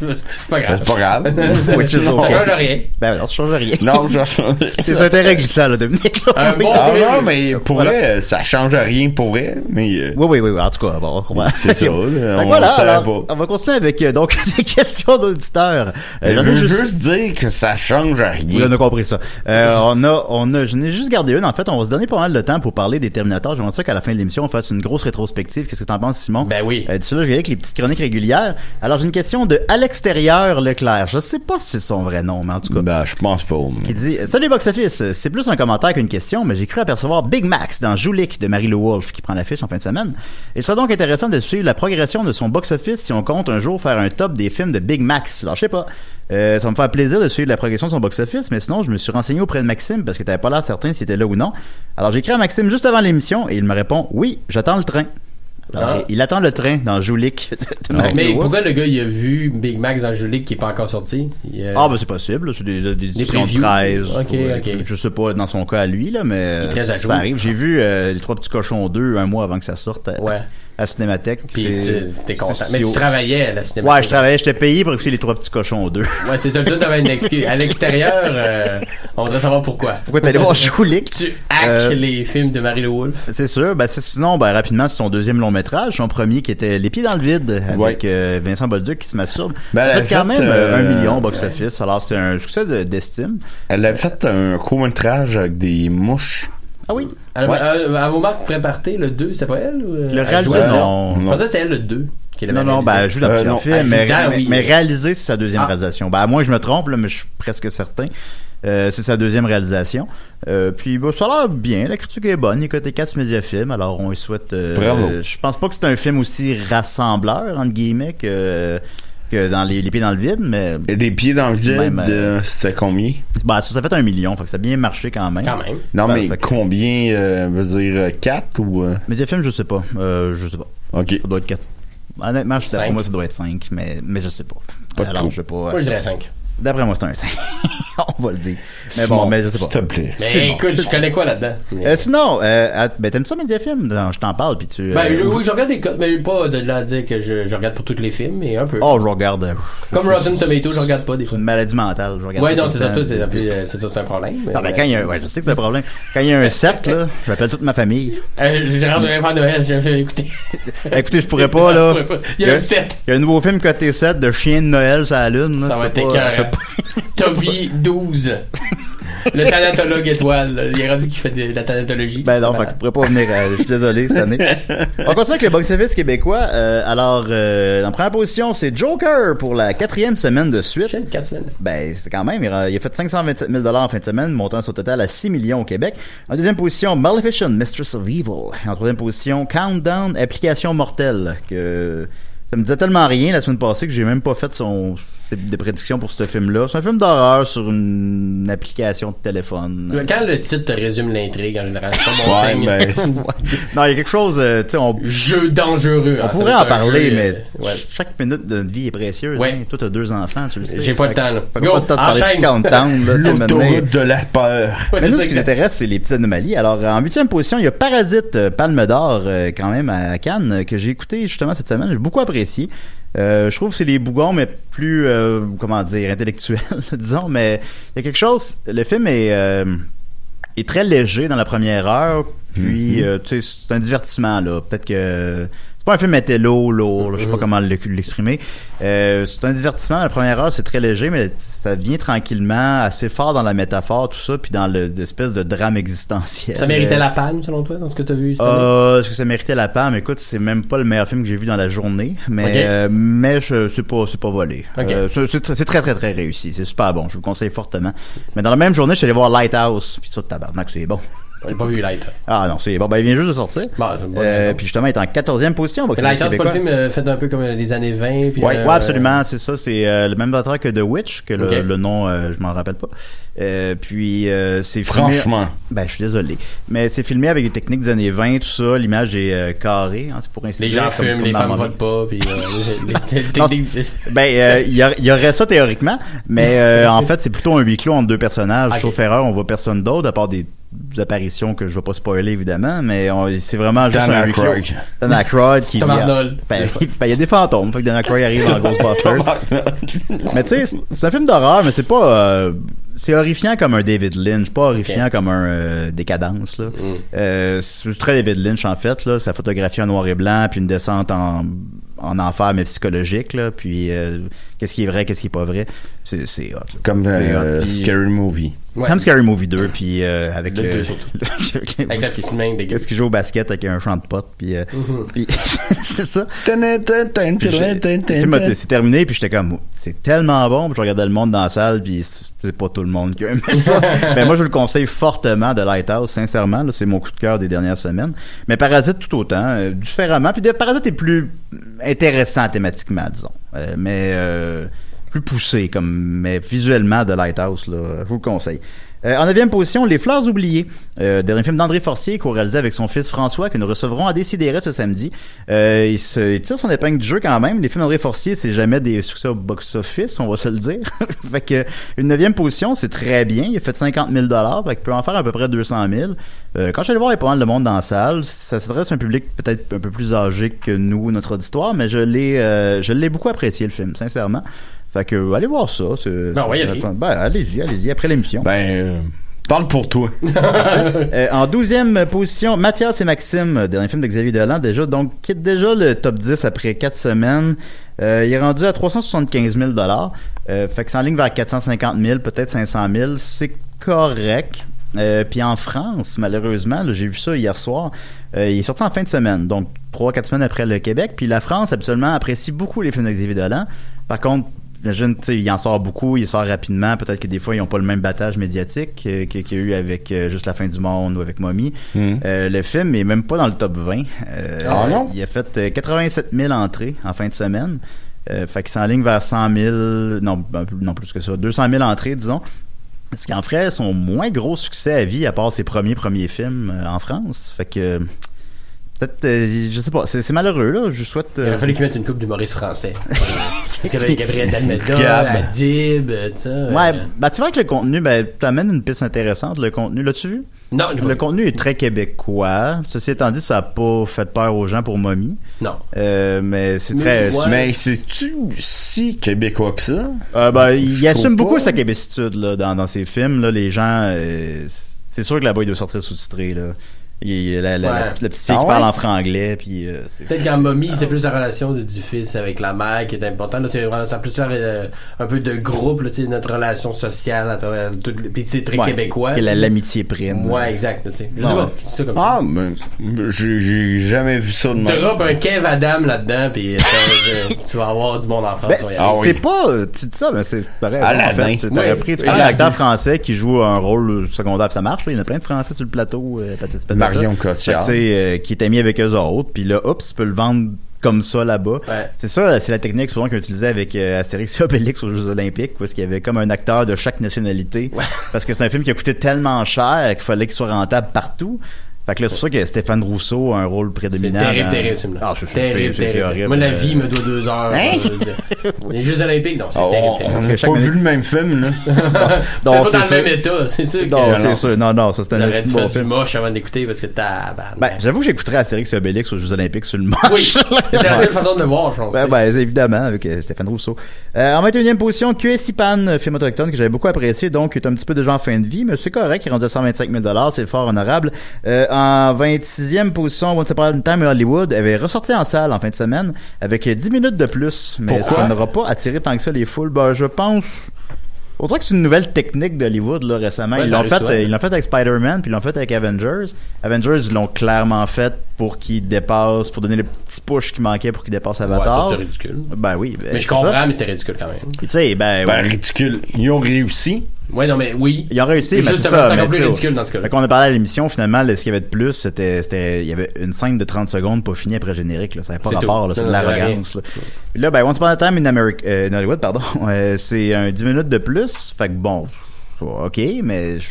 S7: C'est pas
S6: Ben,
S7: grave.
S9: C'est pas grave.
S6: Which is
S7: Ça
S6: okay.
S7: change rien.
S6: Ben, alors, ça change rien.
S9: non, je...
S6: Tes intérêts glissants, là, Dominique.
S7: Un bon
S9: Ah
S7: film.
S9: non, mais pour
S6: Voilà.
S9: vrai, ça change rien pour vrai, mais... euh,
S6: Oui, oui, oui, oui, en tout cas, bon, on va...
S9: C'est ça, là,
S6: Fait que
S9: on
S6: voilà,
S9: le savait
S6: alors,
S9: pas.
S6: on va continuer avec, euh, donc, des questions d'auditeurs. Euh,
S9: je
S6: j'en ai
S9: veux
S6: juste-
S9: juste dire que ça change
S6: Oui,
S9: rien.
S6: on a compris ça. Euh, on a, on a, je n'ai juste gardé une. En fait, on va se donner pas mal de temps pour parler des Terminators. J'aimerais ça qu'à la fin de l'émission, on fasse une grosse rétrospective. Qu'est-ce que t'en penses, Simon?
S7: Ben oui.
S6: Euh, D'ici là, je vais avec les petites chroniques régulières. Alors, j'ai une question de à l'extérieur Leclerc. Je sais pas si c'est son vrai nom, mais en tout cas.
S9: Ben, je pense pas.
S6: qui dit Salut Box Office, c'est plus un commentaire qu'une question, mais j'ai cru apercevoir Big Max dans Joulik de Marie-Lou Wolfe qui prend l'affiche en fin de semaine. Il serait donc intéressant de suivre la progression de son box office si on compte un jour faire un top des films de Big Max. Alors je sais pas. Euh, ça me fait plaisir de suivre la progression de son box office, mais sinon je me suis renseigné auprès de Maxime parce que t'avais pas l'air certain si c'était là ou non. Alors j'écris à Maxime juste avant l'émission et il me répond Oui, j'attends le train. Alors,
S7: Ah.
S6: il, il attend le train dans Joulik de Marie-Lou
S7: Mais
S6: Wolfe.
S7: pourquoi le gars il a vu Big Mac dans Julie qui est pas encore sorti Il, euh,
S6: Ah, ben c'est possible, là, c'est des, des, éditions de
S7: previews.
S6: 13.
S7: Ok, ok.
S6: Je sais pas dans son cas à lui, là, mais
S7: Il est très à jour.
S6: ça arrive. J'ai vu euh, Les Trois Petits Cochons 2 un mois avant que ça sorte à,
S7: Ouais.
S6: à Cinémathèque.
S7: Puis
S6: Et-
S7: tu- t'es content. Mais
S6: c'est-
S7: tu travaillais à la cinéma.
S6: Ouais, je travaillais, j'étais payé pour écouter Les Trois Petits Cochons 2.
S7: Ouais, c'est ça. Toi, t'avais une excuse. À l'extérieur, euh, on voudrait savoir pourquoi.
S6: Pourquoi t'es allé voir Choulik?
S7: Tu hack
S6: Euh,
S7: les films de Marie-Lou Wolfe.
S6: C'est sûr. Ben, c'est- sinon, ben, rapidement, c'est son deuxième long métrage, son premier qui était Les Pieds dans le vide avec
S9: Ouais.
S6: euh, Vincent Bolduc qui se masturbe.
S9: Ben, elle
S6: ça
S9: a
S6: fait quand
S9: fait,
S6: même euh,
S9: euh,
S6: un million box-office. Alors, c'est un succès de- d'estime.
S9: Elle a fait un court-métrage avec des mouches.
S6: ah oui.
S7: Alors,
S6: ouais.
S7: euh, à vos marques, prépartez le 2, c'est pas elle ou, euh,
S6: Le
S7: elle
S6: réalisateur,
S7: jouait,
S6: non.
S7: Je pensais que c'était elle le 2. qui l'avait
S6: Non, non, ben,
S7: réalisé.
S6: elle joue dans
S9: Euh,
S6: plusieurs
S9: non,
S6: films,
S7: elle
S6: mais,
S7: joue dans-
S6: mais-
S7: oui.
S6: mais réalisé, c'est sa deuxième
S7: Ah.
S6: réalisation. Ben, à moins que je me trompe, là, mais je suis presque certain. Euh, c'est sa deuxième réalisation. Euh, puis bah, ça a l'air bien, la critique est bonne, il est coté 4 médiafilms, alors on lui souhaite... euh,
S9: Bravo.
S6: euh, je pense pas que c'est un film aussi rassembleur, entre guillemets, que, que dans les, les pieds dans le vide, mais
S9: Et Les pieds dans le vide,
S6: Même, euh,
S9: euh, c'était combien?
S6: bah, ça, ça fait un million, fait que ça a bien marché quand même.
S7: Quand même.
S9: Non,
S6: Ben,
S9: mais
S6: fait que-
S9: combien, euh, veut dire 4 ou... euh,
S6: Médiafilm, je sais pas, euh, je sais pas,
S9: Ok.
S6: ça doit être Ah, 4. Honnêtement, je sais pas.
S7: Cinq.
S6: pour moi, ça doit être 5, mais, mais je sais pas.
S9: Pas de
S6: Alors,
S9: trou.
S6: je sais pas. euh,
S7: Moi, je
S9: euh,
S7: dirais 5.
S6: D'après moi, c'est un 5. On va le dire. Mais
S9: Simon,
S6: bon, mais je sais pas.
S9: S'il te plaît.
S7: Mais écoute, je connais quoi là-dedans?
S6: Euh, sinon, euh, à- ben, t'aimes ça, Mediafilm? Non, Je t'en parle, puis tu... euh,
S7: Ben, je, oui, je regarde des codes, mais pas de là à dire que je, je regarde pour tous les films, mais un peu.
S6: Oh, je regarde... euh,
S7: Comme Rotten Tomatoes, je regarde pas des fois.
S6: une maladie mentale, je regarde...
S7: Ouais,
S6: ça
S7: non,
S6: tout
S7: c'est
S6: le
S7: ça,
S6: temps.
S7: toi, c'est un peu, euh, c'est ça, c'est un problème. mais-
S6: Ah, ben, quand il y a un- ouais, je sais que c'est un problème. Quand il y a un 7, là, j'appelle toute ma famille.
S7: Euh, je rentrerai pas à Noël, je vais écouter.
S6: Écoutez, je pourrais pas,
S7: Je
S6: là.
S7: pourrais pas. Il y a un 7.
S6: Il y a un nouveau film côté 7 de Chien de Noël sur la Lune, là.
S7: Ça
S6: Je
S7: va
S6: peux
S7: être
S6: pas- euh,
S7: écœurant. Toby 12. Le thanatologue étoile. Il est rendu qu'il fait de la thanatologie.
S6: Ben
S7: C'est
S6: non, fait que
S7: malade.
S6: je pourrais pas venir. euh, je suis désolé cette année. On continue avec le box-office québécois. Euh, alors, euh, en première position, c'est Joker pour la quatrième semaine de suite.
S7: Shit, quatre semaines.
S6: Ben, c'est quand même. Il a, il a fait 527 000 en fin de semaine, montant son total à 6 millions au Québec. En deuxième position, Maleficent, Mistress of Evil. En troisième position, Countdown, Application Mortelle. Que ça me disait tellement rien la semaine passée que j'ai même pas fait son des prédictions pour ce film-là. C'est un film d'horreur sur une application de téléphone.
S7: Quand le titre te résume l'intrigue, en général, c'est pas mon
S9: Ouais,
S7: signe.
S6: ben,
S9: mais-
S6: Non, il y a quelque chose. euh, tu sais, on
S7: Jeu dangereux.
S6: On
S7: hein, ça
S6: pourrait
S7: doit
S6: en
S7: être un
S6: parler,
S7: jeu,
S6: mais
S7: euh, ouais.
S6: chaque minute de notre vie est précieuse.
S7: Ouais.
S6: hein. Toi, t'as deux enfants, tu le sais.
S7: J'ai pas le
S6: Fait que-
S7: temps, là.
S6: fait que
S7: Go,
S6: pas le temps de parler
S7: enchaîne.
S6: de countdown, là, tu sais, maintenant.
S9: L'autoroute de la peur.
S7: Ouais,
S6: Mais
S7: c'est ça
S6: nous, ce qui
S7: que-
S6: nous intéresse, c'est les petites anomalies. Alors, en huitième position, il y a Parasite, euh, Palme d'Or, euh, quand même, à Cannes, euh, que j'ai écouté justement cette semaine. J'ai beaucoup apprécié. Euh, je trouve que c'est les bougons, mais plus, euh, comment dire, intellectuels, disons. Mais il y a quelque chose... Le film est, euh, est très léger dans la première heure.
S7: Mhm.
S6: Puis, euh, tu sais, c'est un divertissement, là. Peut-être que... C'est pas un film intello, lourd, là, je sais
S7: Mhm.
S6: pas comment le- l'exprimer. Euh, c'est un divertissement. La première heure, c'est très léger, mais ça vient tranquillement, assez fort dans la métaphore, tout ça, puis dans le- l'espèce de drame existentiel.
S7: Ça méritait la palme, selon toi, dans ce que t'as vu cette année?
S6: Euh, est-ce que ça méritait la palme? Écoute, c'est même pas le meilleur film que j'ai vu dans la journée, mais
S7: Ok.
S6: euh, mais je, c'est pas c'est pas volé.
S7: Ok.
S6: Euh, c'est, c'est tr- c'est très très très réussi, c'est super bon, je vous le conseille fortement. Mais dans la même journée, je suis allé voir Lighthouse, puis ça tabarnak, c'est bon.
S7: J'ai pas vu Light.
S6: Ah non, c'est bon, ben il vient juste de sortir.
S7: Bon, Bah, c'est une bonne
S6: Euh,
S7: raison.
S6: puis justement, il est en 14e position. au
S7: Mais
S6: box-office
S7: Light, c'est pas le
S6: québécois.
S7: film euh, fait un peu comme euh, les années 20. Puis,
S6: Ouais,
S7: euh,
S6: ouais, absolument, c'est ça. C'est euh, le même auteur que The Witch, que le,
S7: Ok.
S6: le nom, euh, je m'en rappelle pas. Euh, puis euh, c'est filmé-
S9: Franchement.
S6: ben je suis désolé, mais c'est filmé avec des techniques des années 20, tout ça. L'image est euh, carrée, hein, c'est pour ainsi
S7: Les
S6: dire,
S7: gens
S6: comme-
S7: fument,
S6: comme
S7: les
S6: dans
S7: femmes
S6: mon-
S7: votent pas, puis euh, les- les- les
S6: Non,
S7: techniques-
S6: Ben, euh, il y a- il y, aurait ça théoriquement, mais euh, en fait, c'est plutôt un huis clos entre deux personnages.
S7: Ok.
S6: Sauf erreur, on voit personne d'autre, à part des apparitions que je vais pas spoiler évidemment, mais on- c'est vraiment juste
S9: Dan
S6: un huis clos.
S9: Aykroyd.
S6: Dan Aykroyd qui
S7: Tom
S6: vient-
S7: Arnold.
S6: Ben, il ben, il y a des fantômes, fait que Dan Aykroyd arrive dans Ghostbusters. Mais tu sais, c'est- c'est un film d'horreur, mais c'est pas. euh, c'est horrifiant comme un David Lynch, pas horrifiant comme un euh, décadence. Là.
S9: Mm.
S6: Euh, c'est très David Lynch en fait. Là, sa photographie en noir et blanc, puis une descente en, en enfer mais psychologique. Là, puis euh, qu'est-ce qui est vrai, qu'est-ce qui est pas vrai. C'est c'est hot. là.
S9: Comme euh,
S6: Mais, puis-
S9: Scary Movie.
S7: Ouais.
S6: Comme Scary Movie 2, puis euh, avec
S7: Le
S6: le-
S7: deux, surtout.
S6: avec le-
S7: Avec la petite main Mm-hmm. dégueu.
S6: Qu'est-ce qu'il joue au basket avec un champ de potes, puis, euh, puis- c'est ça. Puis j'ai- le film a-
S9: Puis
S6: c'est terminé, puis j'étais comme, c'est tellement bon, puis je regardais le monde dans la salle, puis c'est pas tout le monde qui a aimé ça. Mais moi, je le conseille fortement de Lighthouse, sincèrement, là, c'est mon coup de cœur des dernières semaines. Mais Parasite tout autant, euh, différemment, puis de- Parasite est plus intéressant thématiquement, disons, Euh, mais euh, plus poussé, comme, mais visuellement de Lighthouse, là, je vous le conseille. Euh, en neuvième position, Les Fleurs oubliées, euh, dernier film d'André Forcier co-réalisé avec son fils François que nous recevrons à Décideret ce samedi. Euh, il, se, il tire son épingle du jeu quand même. Les films d'André Forcier, c'est jamais des succès au box-office, on va se le dire. fait que une neuvième position, c'est très bien. Il a fait 50 000 dollars, fait qu'il peut en faire à peu près 200 000. Euh, quand je suis allé voir, il y a pas mal de monde dans la salle. Ça s'adresse à un public peut-être un peu plus âgé que nous, notre auditoire, mais je l'ai, euh, je l'ai beaucoup apprécié le film, sincèrement. Fait que euh, allez voir ça. c'est-
S7: Ben,
S6: c'est-
S7: ouais, allez.
S6: Ben, allez-y, allez-y après l'émission.
S9: Ben, euh, parle pour toi.
S6: Euh, en douzième position, Mathias et Maxime, euh, dernier film de Xavier Dolan déjà, donc quitte déjà le top 10 après quatre semaines. Euh, il est rendu à 375 000 dollars, Euh, fait que c'est en ligne vers 450 000, peut-être 500 000, c'est correct. Euh, Puis en France, malheureusement, là, j'ai vu ça hier soir, euh, il est sorti en fin de semaine, donc trois quatre semaines après le Québec. Puis la France, absolument, apprécie beaucoup les films de Xavier Dolan. Par contre, J'imagine, tu sais, il en sort beaucoup, il sort rapidement. Peut-être que des fois, ils n'ont pas le même battage médiatique euh, que- qu'il y a eu avec euh, Juste la fin du monde ou avec Mommy. Euh, le film est même pas dans le top 20. Euh,
S9: Ah non?
S6: Il a fait euh, 87 000 entrées en fin de semaine. Euh, fait qu'il s'enligne vers 100 000, non, un peu- non plus que ça, 200 000 entrées, disons. Ce qui en ferait son moins gros succès à vie, à part ses premiers premiers films euh, en France. Fait que Peut-être, euh, je sais pas, c'est c'est malheureux, là. Je souhaite.
S7: Il
S6: euh,
S7: aurait fallu qu'ils mettent une coupe d'humoristes français. Parce qu'il y avait Gabriel Dalmeda,
S6: Gab.
S7: Adib, euh, tout ça. euh,
S6: Ouais, bah c'est vrai que le contenu, ben, t'amènes une piste intéressante. Le contenu, l'as-tu vu?
S7: Non,
S6: Le contenu est très québécois. Ceci étant dit, ça a pas fait peur aux gens pour Mommy.
S7: Non.
S6: Euh, mais c'est très.
S9: Mais c'est-tu Ben, si québécois que ça?
S6: Euh, ben, il
S9: Je trouve
S6: assume beaucoup
S9: pas.
S6: sa québécitude là, dans, dans ses films. Là, les gens, euh, c'est sûr que là-bas, il doit sortir sous-titré. Là. Il- la, la- la-
S7: Ouais.
S6: la petite fille
S7: Ah
S6: qui parle
S7: ouais?
S6: en franglais. Puis, euh, c'est-
S7: Peut-être qu'en momie, c'est plus la relation de- du fils avec la mère qui est importante. Là, c'est vraiment ça a plus l'air, euh, un peu de groupe, là, tu sais, notre relation sociale à travers tout le- Puis c'est très
S6: Ouais,
S7: québécois.
S6: que la- l'amitié prime.
S7: Ouais, exact. là, tu sais. Je sais
S9: Ouais.
S7: pas, je dis ça comme
S9: Ah, ben, j'ai j'ai jamais vu ça de
S7: ça.
S9: même.
S7: T'auras un Kev Adam là-dedans, puis euh, euh, tu vas avoir du monde en France.
S6: Ben,
S7: voyons.
S6: c'est pas. euh, Tu dis ça, mais c'est pareil. En
S9: Ah Aladdin.
S6: fait, t'aurais
S9: Oui.
S6: pris tu prends un
S9: Aladdin.
S6: acteur français qui joue un rôle secondaire, puis ça marche. là, il y en a plein de français sur le plateau. euh, patati patata.
S9: Marion
S6: Fait que,
S9: Cotillard.
S6: tu sais, euh, qui est ami avec eux autres. Puis là, oups, tu peux le vendre comme ça là-bas. C'est ça, c'est la technique souvent qu'ils utilisaient avec euh, Astérix et Obélix aux Jeux Olympiques, parce qu'il y avait comme un acteur de chaque nationalité. Parce que c'est un film qui a coûté tellement cher qu'il fallait qu'il soit rentable partout. Fait que là, c'est pour ça que Stéphane Rousseau a un rôle prédominant.
S7: Terrible,
S6: dans-
S7: terrible, ce film-là.
S6: Ah, je suis
S7: terrible,
S6: c'est- c'est
S7: terrible.
S6: horrible.
S7: Moi, la
S6: Euh,
S7: vie me doit deux heures.
S6: Hein?
S7: euh, de- Les Jeux Olympiques, non, c'est
S9: Ah,
S7: terrible,
S9: on-
S7: terrible.
S9: on n'a pas vu le même film, là.
S7: C'est
S6: Non,
S7: pas dans
S6: c'est
S7: le même
S6: sûr.
S7: état, c'est sûr. que-
S6: Non, c'est sûr. Non, non, ça, c'est un
S7: T'aurais dû
S6: bon
S7: faire du
S6: film.
S7: moche avant d'écouter parce que t'as.
S6: Ben, j'avoue que j'écouterais Astérix et Obélix aux Jeux Olympiques sur le manche.
S7: Oui, c'est la seule façon de le voir, je pense.
S6: Ben, ben, évidemment, avec euh, Stéphane Rousseau. Euh, en 21e position, QSIPAN, euh, film autochtone que j'avais beaucoup apprécié, donc qui est un petit peu déjà en fin de vie, mais c'est correct, il est rendu à 125 000 c'est fort honorable. Euh, en 26e position, Once Upon a Time in Hollywood avait ressorti en salle en fin de semaine avec euh, 10 minutes de plus, mais
S9: Pourquoi?
S6: ça n'aura pas attiré tant que ça les foules. Ben, je pense... On dirait que c'est une nouvelle technique d'Hollywood là récemment.
S7: Ouais,
S6: ils
S7: ça
S6: l'ont
S7: le
S6: fait,
S7: souhaite.
S6: euh, ils l'ont fait avec Spider-Man, puis ils l'ont fait avec Avengers. Avengers ils l'ont clairement fait pour qu'ils dépassent, pour donner le petit push qui manquait pour qu'ils dépassent
S7: Ouais, ça,
S6: Avatar.
S7: c'est ridicule.
S6: Ben oui. ben,
S7: Mais je
S6: c'est
S7: comprends,
S6: ça.
S7: mais c'était ridicule quand même.
S6: Puis tu sais, ben,
S9: Ben,
S6: ouais.
S9: ridicule. Ils ont réussi.
S7: Ouais, non, mais oui.
S6: Ils ont réussi,
S7: Mais
S6: mais c'est
S7: justement,
S6: ça.
S7: c'est
S6: mais
S7: encore plus
S6: tu sais,
S7: ridicule dans ce cas-là.
S6: Fait qu'on a parlé à l'émission, finalement, là, ce qu'il y avait de plus, c'était, c'était, il y avait une scène de 30 secondes pas finie après le générique, là. Ça n'avait pas
S7: C'est
S6: rapport,
S7: tout.
S6: là. C'est de
S7: Non, non,
S6: l'arrogance, là. Puis là, ben, Once Upon a Time in America, euh, in Hollywood, pardon, euh, c'est un 10 minutes de plus. Fait que bon, ok, mais je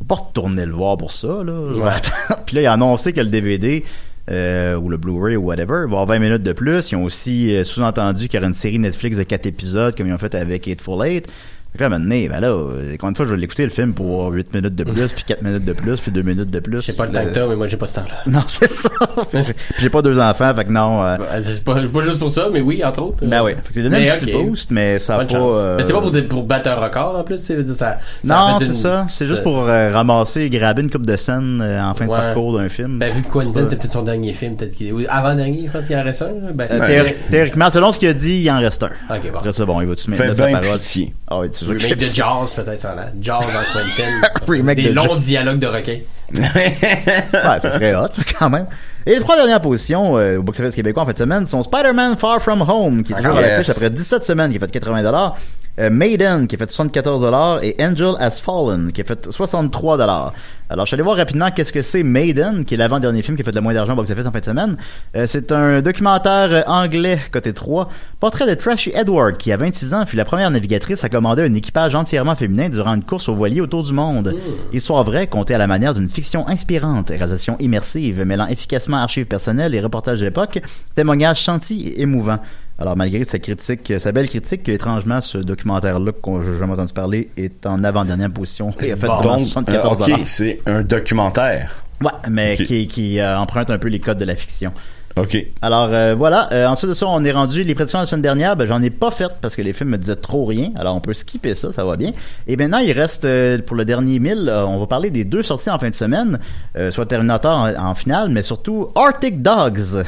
S6: faut pas retourner le voir pour ça, là. Je vais attendre. Puis là, il a annoncé que le DVD, euh, ou le Blu-ray ou whatever, va avoir 20 minutes de plus. Ils ont aussi euh, sous-entendu qu'il y aurait une série Netflix de 4 épisodes, comme ils ont fait avec Eightful Eight. Fait que là, maintenant, ben là, euh, combien de fois je vais l'écouter le film pour 8 minutes de plus, puis 4 minutes de plus, puis 2 minutes de plus? Euh,
S7: J'ai pas le temps que t'as, mais moi, j'ai pas ce temps-là.
S6: Non, c'est ça. Puis j'ai pas deux enfants, fait que non. euh,
S7: Ben, C'est pas, pas juste pour ça, mais oui, entre autres.
S6: ben oui. Fait que c'est donné
S7: Mais
S6: un petit
S7: ok.
S6: boost, mais ça a
S7: Bonne
S6: pas.
S7: chance.
S6: euh,
S7: Mais c'est pas pour, pour battre un record en plus, c'est ça, ça
S6: Non,
S7: a fait
S6: c'est
S7: une-
S6: ça. C'est juste pour euh, ramasser et graber une coupe de scène euh, en fin
S7: Ouais.
S6: de parcours d'un film.
S7: Ben, vu que Quentin,
S6: Ça.
S7: c'est peut-être son dernier film, peut-être qu'il est. Avant-dernier, je pense qu'il en reste un. là. Ben,
S6: Euh,
S7: ben,
S6: théor- Théoriquement, selon ce qu'il a dit, il en reste un.
S7: Ok, bon.
S6: Après ça, bon, il va-tu
S9: Fais
S6: maintenir sa
S9: bien
S6: parole?
S9: pitié.
S6: Ah oui, tu
S7: Le
S6: veux
S7: remake de
S6: que
S7: Jaws, peut-être, ça là. Jaws en Quentin.
S6: Remake
S7: Des
S6: de
S7: longs
S6: Jaws.
S7: dialogues de requins.
S6: Ouais, ça serait hot, ça, quand même. Et les trois dernières positions euh, au box-office québécois en fin de semaine sont Spider-Man Far From Home,
S7: Ah,
S6: qui est toujours à
S9: yes.
S6: l'affiche après 17 semaines, qui a fait 80 euh, Maiden, qui a fait 74 et Angel Has Fallen, qui a fait 63 Alors, je suis allé voir rapidement qu'est-ce que c'est Maiden, qui est l'avant-dernier film qui a fait le moins d'argent au box-office en fin de semaine. Euh, c'est un documentaire euh, anglais, côté 3, portrait de Trashy Edward, qui, à 26 ans, fut la première navigatrice à commander un équipage entièrement féminin durant une course au voilier autour du monde.
S9: Mmh.
S6: Histoire vraie, contée à la manière d'une fiction inspirante, réalisation immersive, mêlant efficacement archives personnelles et reportages d'époque, témoignages sentis et émouvants. Alors, malgré sa critique, sa belle critique, étrangement, ce documentaire-là, qu'on j'ai jamais entendu parler, est en avant-dernière position. Et a fait
S9: Bon.
S6: seulement
S9: Donc,
S6: 74
S9: euh, ok, c'est un documentaire.
S6: Ouais, mais
S9: Ok.
S6: qui, qui, euh, emprunte un peu les codes de la fiction.
S9: OK.
S6: Alors euh, voilà, Euh, ensuite de ça, on est rendu les prédictions de la semaine dernière, ben j'en ai pas faites parce que les films me disaient trop rien. Alors on peut skipper ça, ça va bien. Et maintenant, il reste euh, pour le dernier mille, euh, on va parler des deux sorties en fin de semaine, euh, soit Terminator en, en finale, mais surtout Arctic Dogs.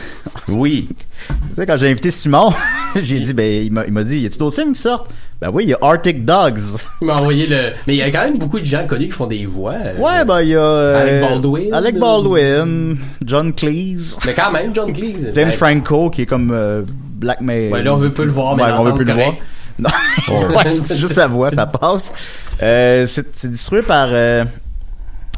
S9: Oui.
S6: Tu sais, quand j'ai invité Simon, j'ai dit ben il m'a il m'a dit, y a-t-il d'autres films qui sortent Ben oui, il y a Arctic Dogs.
S7: Il m'a envoyé le. Mais il y a quand même beaucoup de gens connus qui font des voix. euh,
S6: Ouais, ben il y a euh,
S7: Alec Baldwin.
S6: Alec Baldwin, John Cleese.
S7: Mais quand même, John Cleese.
S6: James
S7: Ben,
S6: Franco qui est comme euh, Black Mail.
S7: Ouais, là, on veut plus le voir, mais
S6: on veut
S7: l'entendre,
S6: plus le voir. Non, ouais, c'est juste sa voix, ça passe. Euh, c'est c'est distribué par euh,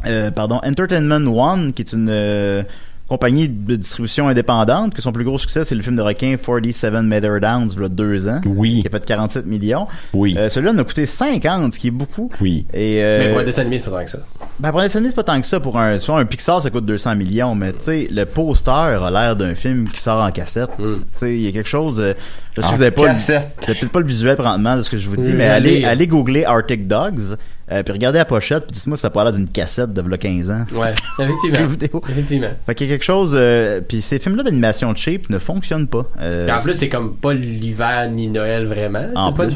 S6: euh, pardon Entertainment One, qui est une euh, compagnie de distribution indépendante, que son plus gros succès, c'est le film de requin 47 Meter Downs, il y a deux ans.
S9: Oui.
S6: Qui a fait 47 millions.
S9: Oui.
S6: Euh, Celui-là nous a coûté 50, ce qui est beaucoup.
S9: Oui.
S6: Et, euh,
S7: Ben, Mais pour un dessin animé, c'est pas tant que ça.
S6: ben, pour un dessin animé, c'est pas tant que ça. Pour un, soit un Pixar, ça coûte 200 millions, mais tu sais, le poster a l'air d'un film qui sort en cassette.
S7: Hmm.
S6: Tu sais, il y a quelque chose. euh, Je sais
S9: En
S6: que vous avez pas, le-
S9: cassette.
S6: vous avez peut-être pas le visuel présentement de ce que je vous dis,
S7: Mm,
S6: mais allez,
S7: allez.
S6: allez googler Arctic Dogs, euh, puis regardez la pochette, puis dites-moi si ça a pas l'air d'une cassette de v'là 15 ans.
S7: Ouais,
S6: Jeux
S7: effectivement.
S6: vidéo.
S7: effectivement.
S6: Fait qu'il y a quelque chose. euh, puis ces films-là d'animation cheap ne fonctionnent pas. Euh,
S7: Puis en plus, c'est comme pas l'hiver ni Noël vraiment.
S6: En
S7: C'est pas-
S6: plus.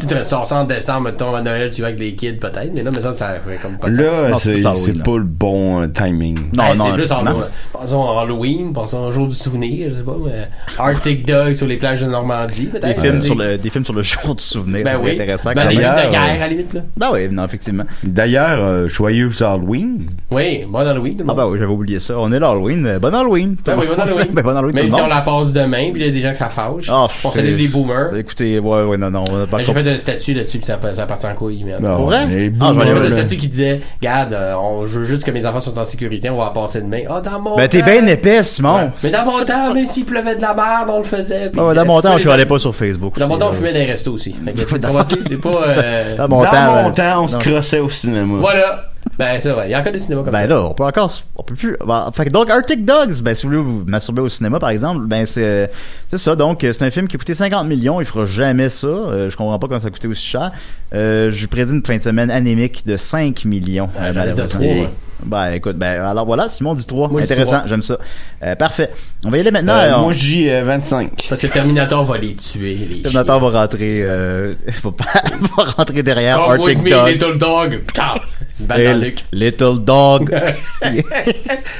S7: Tu te sors ça en décembre, mettons, à Noël, tu vas avec les kids peut-être, mais là, mais ça, ça ferait comme pas de sens.
S9: Là,
S6: Non, c'est
S9: c'est
S6: pas ça, oui,
S9: c'est
S6: là.
S9: pas le bon euh, timing.
S6: non,
S7: Hey,
S6: non,
S7: c'est plus en,
S6: effectivement.
S7: pensons en Halloween, pensons au jour du souvenir, je sais pas, mais Arctic Dog sur les plages de Normandie, peut-être.
S6: Des films,
S7: Euh,
S6: sur le, des films sur le jour du souvenir,
S7: Ben
S6: c'est
S7: oui.
S6: intéressant
S7: Ben,
S6: quand
S7: des
S6: même.
S7: films
S9: D'ailleurs,
S7: de guerre,
S9: euh,
S7: à la limite, là.
S6: Ben oui, non, effectivement.
S9: D'ailleurs, euh, joyeux Halloween.
S7: Oui, bon Halloween, tout le
S6: Ah
S7: monde.
S6: ben oui, j'avais oublié ça. On est là, Halloween. Euh, Bon Halloween. tout
S7: Ben
S6: le
S7: oui, bon
S6: monde.
S7: Halloween.
S6: Ben, bon Halloween, tout
S7: Même
S6: le
S7: si on
S6: monde.
S7: la passe demain, puis il y a des gens que ça fâche.
S6: Ah,
S7: on
S6: c'est-
S7: salue des boomers.
S6: Écoutez, ouais, ouais, non, non, on a
S7: Ben,
S6: pas
S7: J'ai
S6: compris.
S7: fait un statut là-dessus, puis ça, ça a parti en couille, mais en tout cas.
S9: Ah,
S6: Pour vrai?
S9: les
S6: Ah, je vais
S7: J'ai
S9: boomers,
S6: aller
S7: fait
S6: là.
S7: un statut qui disait, regarde, euh, on, je veux juste que mes enfants sont en sécurité, on va en passer demain. Ah, dans mon
S6: Ben t'es
S7: temps-
S6: bien épais, Simon.
S7: Ouais. Mais dans mon temps, même s'il pleuvait de la merde, on le faisait. puis- euh,
S6: Ah ouais, dans mon temps,
S7: Mais
S6: je suis allé pas sur Facebook.
S7: Dans mon temps, on
S6: Euh,
S7: fumait des restos aussi. Fait que, tu sais, comprends-tu, c'est pas. euh,
S6: Dans
S9: Dans
S6: mon temps.
S9: mon
S6: euh,
S9: temps, on se
S6: non.
S9: crossait au cinéma.
S7: Voilà. Ben, ça, ouais. Il y a encore des cinémas comme
S6: Ben
S7: ça.
S6: là, on peut encore, s- on peut plus. ben, fait que donc Arctic Dogs, ben si vous voulez vous masturber au cinéma par exemple, ben c'est, euh, c'est ça. Donc euh, c'est un film qui a coûté 50 millions, il fera jamais ça. Euh, je comprends pas comment ça a coûté aussi cher. Euh, je prédis une fin de semaine anémique de 5 millions.
S7: Ah,
S6: j'ai
S7: j'allais dire
S6: l'impression.
S7: trois, moi.
S6: Ben écoute, ben alors voilà, Simon dit 3.
S7: Moi, je dis
S6: Intéressant,
S7: trois.
S6: j'aime ça. Euh, parfait. On va y aller maintenant.
S9: Euh,
S6: euh, on-
S9: Moi, j'y ai 25.
S7: Parce que Terminator va les tuer. Les
S6: Jonathan va rentrer, euh, va, pas- va rentrer derrière
S7: Come with
S6: Arctic
S7: me,
S6: Dogs.
S7: little dog. Putain. Une balle
S6: Et
S7: dans
S6: l-
S7: le nuque.
S6: Little Dog.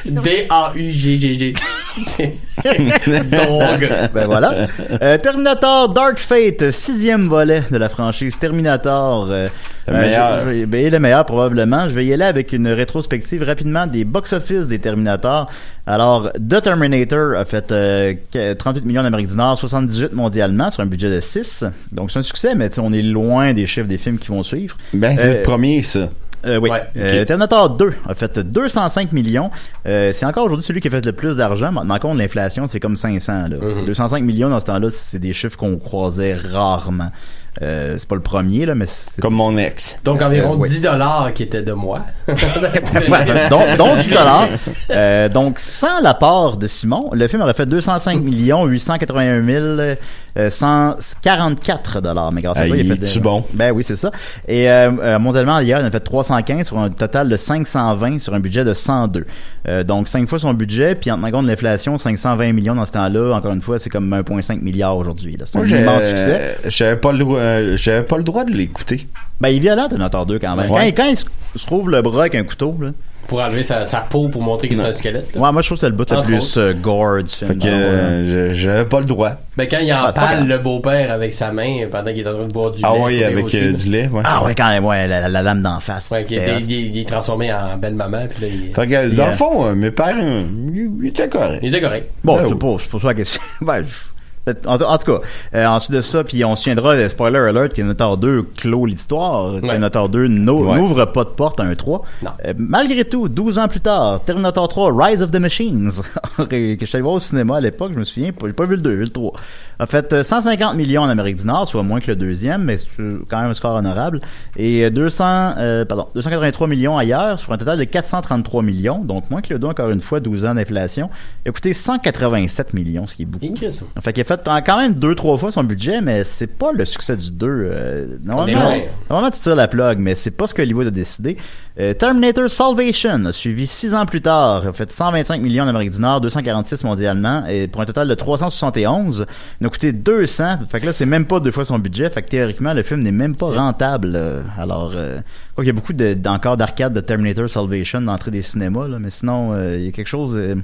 S7: D-A-U-G-G-G. dog.
S6: ben voilà. Euh, Terminator Dark Fate, sixième volet de la franchise Terminator. euh,
S9: Le
S6: euh,
S9: meilleur.
S6: je- je- ben, il est le meilleur probablement. Je vais y aller avec une rétrospective rapidement des box-office des Terminator. Alors, The Terminator a fait euh, que- 38 millions en Amérique du Nord, 78 mondialement sur un budget de 6. Donc c'est un succès, mais tu sais, on est loin des chiffres des films qui vont suivre.
S9: Ben, c'est
S6: Euh,
S9: le premier, ça.
S6: Euh, oui.
S7: Ouais,
S6: Euh,
S9: ok.
S6: Terminator 2 a fait 205 millions. Euh, c'est encore aujourd'hui celui qui a fait le plus d'argent. Maintenant, compte l'inflation, c'est comme 500. Là. 205 millions dans ce temps-là, c'est des chiffres qu'on croisait rarement. Euh, c'est pas le premier, là, mais c'est...
S9: Comme mon ex.
S7: Donc
S6: Euh,
S7: environ
S6: ouais.
S7: 10 dollars qui étaient de moi.
S6: donc, donc, 10 dollars. Euh, donc, sans l'apport de Simon, le film aurait fait 205 millions 881 000 144 euh, dollars. Mais grâce à
S9: Ah,
S6: toi, il
S9: il
S6: a fait
S9: est-tu bon?
S6: Ben oui, c'est ça. Et euh, euh, mondialement, hier, il en a fait 315 sur un total de 520 sur un budget de 102. Euh, donc, 5 fois son budget, puis en tenant compte de l'inflation, 520 millions dans ce temps-là. Encore une fois, c'est comme 1,5 milliard aujourd'hui. là. C'est un
S9: Moi, j'ai-
S6: immense succès.
S9: euh, J'avais pas le droit, euh, j'avais pas le droit de l'écouter.
S6: Ben, il est violent, Terminator 2, quand même.
S9: Ouais.
S6: Quand, quand il se, se trouve le bras avec un couteau, là.
S7: Pour enlever sa, sa peau pour montrer que c'est un squelette. là.
S6: Ouais, moi, je trouve que c'est le bout le
S7: Entre
S6: plus
S7: autres.
S6: euh, gore du film.
S9: Fait que,
S6: Ah, ouais.
S9: euh, je- j'avais pas le droit.
S7: Ben quand il en
S6: Ah, c'est pas
S7: parle,
S6: grave.
S7: le beau-père avec sa main pendant qu'il est en train de boire du
S9: Ah
S7: lait.
S9: ouais,
S7: je trouvais
S9: avec
S7: aussi,
S9: euh,
S7: là.
S9: du lait, ouais.
S6: Ah ouais, quand même, ouais, la, la- la lame d'en face.
S7: Ouais, qu'il
S6: c'était
S7: était-
S6: hot.
S7: il, est- il est transformé en belle-maman. Puis là, il,
S9: Fait que, dans
S6: Yeah.
S9: le fond, euh, mes parents, euh, ils ils étaient corrects.
S7: il était correct.
S6: Bon,
S9: Ah
S6: c'est
S9: oui.
S6: pas, c'est pas ça la question. ben, je- peut-être- En, en tout cas, euh, ensuite de ça, puis on se tiendra, euh, spoiler alert, que Terminator 2 clôt l'histoire. Terminator 2 no-
S9: Ouais.
S6: n'ouvre pas de porte à un 3.
S7: Non.
S6: Euh, malgré tout, 12 ans plus tard, Terminator 3, Rise of the Machines, que je suis allé voir au cinéma à l'époque, je me souviens, pas- j'ai pas vu le 2, j'ai vu le 3, a fait euh, 150 millions en Amérique du Nord, soit moins que le deuxième, mais c'est euh, quand même un score honorable, et euh, 200, euh, pardon, 283 millions ailleurs, sur un total de 433 millions, donc moins que le 2, encore une fois, 12 ans d'inflation, il a coûté 187 millions, ce qui est beaucoup.
S7: Il crie ça.
S6: Fait qu'il a fait en- quand même deux, trois fois son budget, mais c'est pas le succès du 2.
S7: On
S6: normalement,
S7: est loin.
S6: normalement, tu tires la plug, mais c'est pas ce que Hollywood a décidé. Euh, Terminator Salvation a suivi six ans plus tard, a fait 125 millions en Amérique du Nord, 246 mondialement, et pour un total de 371, il a coûté 200. Fait que là, c'est même pas deux fois son budget. Fait que théoriquement, le film n'est même pas rentable. euh, alors, euh, quoi qu'il y a beaucoup de- d'encore d'arcades de Terminator Salvation dans l'entrée des cinémas, là, mais sinon, euh, il y a quelque chose... euh,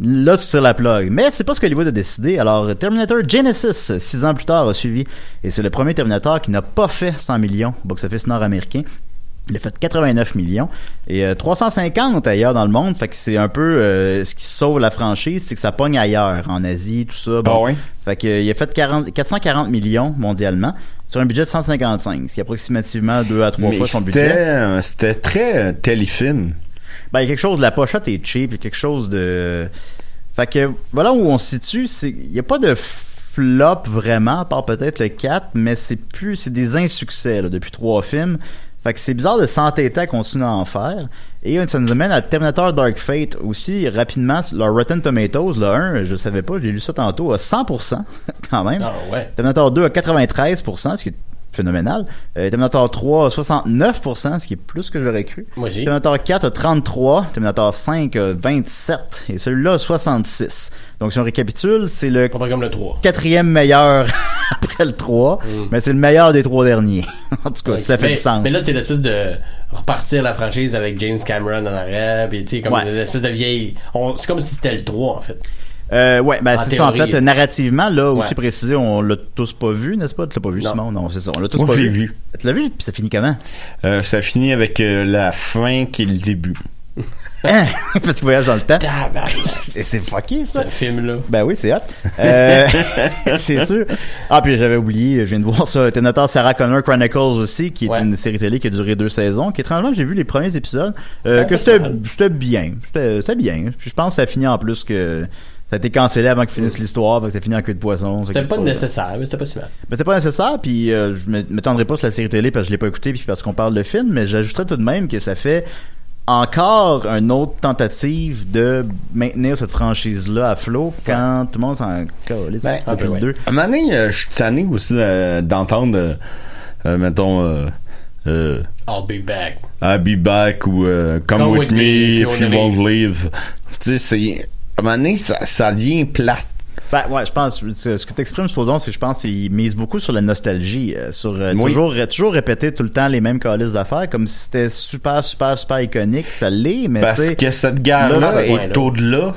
S6: Là, tu tires la plug. Mais c'est pas ce que Hollywood a décidé. Alors, Terminator Genesis, six ans plus tard, a suivi. Et c'est le premier Terminator qui n'a pas fait 100 millions au box-office nord-américain. Il a fait 89 millions et euh, 350 ailleurs dans le monde. Fait que c'est un peu euh, ce qui sauve la franchise, c'est que ça pogne ailleurs, en Asie, tout ça.
S9: Ah ouais?
S6: Fait que, euh, il a fait 40 440 millions mondialement sur un budget de 155, ce qui est approximativement deux à trois
S9: Mais
S6: fois son
S9: c'était,
S6: budget.
S9: euh, c'était très euh, téléfilm.
S6: ben, il y a quelque chose, la pochette est cheap, il y a quelque chose de. Fait que voilà où on se situe, c'est il n'y a pas de flop vraiment, à part peut-être le 4, mais c'est plus c'est des insuccès là, depuis trois films. Fait que c'est bizarre de s'entêter à continuer à en faire. Et ça nous amène à Terminator Dark Fate aussi, rapidement, leur Rotten Tomatoes, le 1, je savais pas, j'ai lu ça tantôt, à 100%, quand même.
S7: Ah ouais.
S6: Terminator 2 à 93%, ce qui est phénoménal. Euh, Terminator 3 à 69%, ce qui est plus que j'aurais cru.
S7: Moi aussi.
S6: Terminator 4 à 33, Terminator 5 à 27, et celui-là à 66. Donc si on récapitule, c'est le
S7: Pas comme le 3.
S6: quatrième meilleur après le 3, mais c'est le meilleur des trois derniers. en tout cas, ça
S7: Mm.
S6: fait
S7: mais,
S6: du sens.
S7: Mais là, c'est l'espèce de repartir la franchise avec James Cameron en arrière, puis tu sais, comme
S6: Ouais.
S7: une espèce de vieille. on- C'est comme si c'était le 3, en fait.
S6: Euh, ouais, ben
S7: En
S6: c'est ça en
S7: théorie.
S6: fait narrativement là aussi
S7: Ouais.
S6: précisé, on l'a tous pas vu, n'est-ce pas Tu l'as pas vu
S9: Non.
S6: Simon Non, c'est ça, on l'a tous
S9: Moi,
S6: pas
S9: je l'ai
S6: vu.
S9: vu.
S6: Tu l'as vu Puis ça finit comment
S9: Euh, ça finit avec euh, la fin qui est le début.
S6: Hein? Parce qu'il voyage dans le temps.
S7: Tabarnak.
S6: C'est c'est fucké ça.
S7: Ce film-là.
S6: Ben oui, c'est hot. Euh, c'est sûr. Ah, puis j'avais oublié, je viens de voir ça. Terminator Sarah Connor Chronicles aussi, qui est
S7: Ouais.
S6: une série télé qui a duré deux saisons, qui étrangement, j'ai vu les premiers épisodes, euh,
S7: Bon,
S6: que
S7: pas
S6: c'était
S7: mal.
S6: c'était bien. C'était c'était bien. Puis je pense que ça finit en plus que... Ça a été cancellé avant qu'ils finissent l'histoire, parce que ça finit en queue de poisson.
S7: Mm. C'était pas
S6: nécessaire.
S7: nécessaire, mais c'était pas si mal.
S6: Mais c'est pas nécessaire, puis euh, je m'é- m'étendrai pas sur la série télé parce que je l'ai pas écouté puis parce qu'on parle de film, mais j'ajouterais tout de même que ça fait encore une autre tentative de maintenir cette franchise-là à flot quand tout le monde s'en calisse
S9: Ben,
S6: depuis le
S7: ouais.
S6: deux.
S9: À un moment donné, euh, je suis tanné aussi euh, d'entendre, euh, euh, mettons, euh, euh,
S7: I'll be back.
S9: I'll be back ou euh, come, with, me if you won't leave. Tu sais, c'est. À un moment donné, ça, ça devient plate.
S6: Ben, ouais, je pense, ce ce que t'exprimes, supposons, c'est que je pense qu'ils misent beaucoup sur la nostalgie, euh, sur euh,
S9: Oui.
S6: toujours, euh, toujours répéter tout le temps les mêmes calices d'affaires, comme si c'était super, super, super iconique, ça l'est, mais tu
S9: Parce
S6: sais,
S9: que cette
S6: là,
S9: guerre-là
S6: c'est-
S9: est
S7: ouais, là.
S9: au-delà.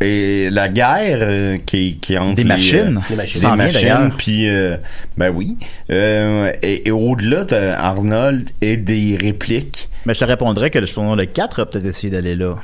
S9: Et la guerre euh, qui, qui est entre
S6: Des
S9: les,
S6: machines.
S9: euh,
S7: Des machines.
S9: des
S6: S'en vient,
S9: machines,
S6: d'ailleurs.
S9: puis euh, ben oui. Euh, et et au-delà de Arnold et des répliques,
S6: mais je te répondrais que le supposons, le 4 a peut-être essayé d'aller là.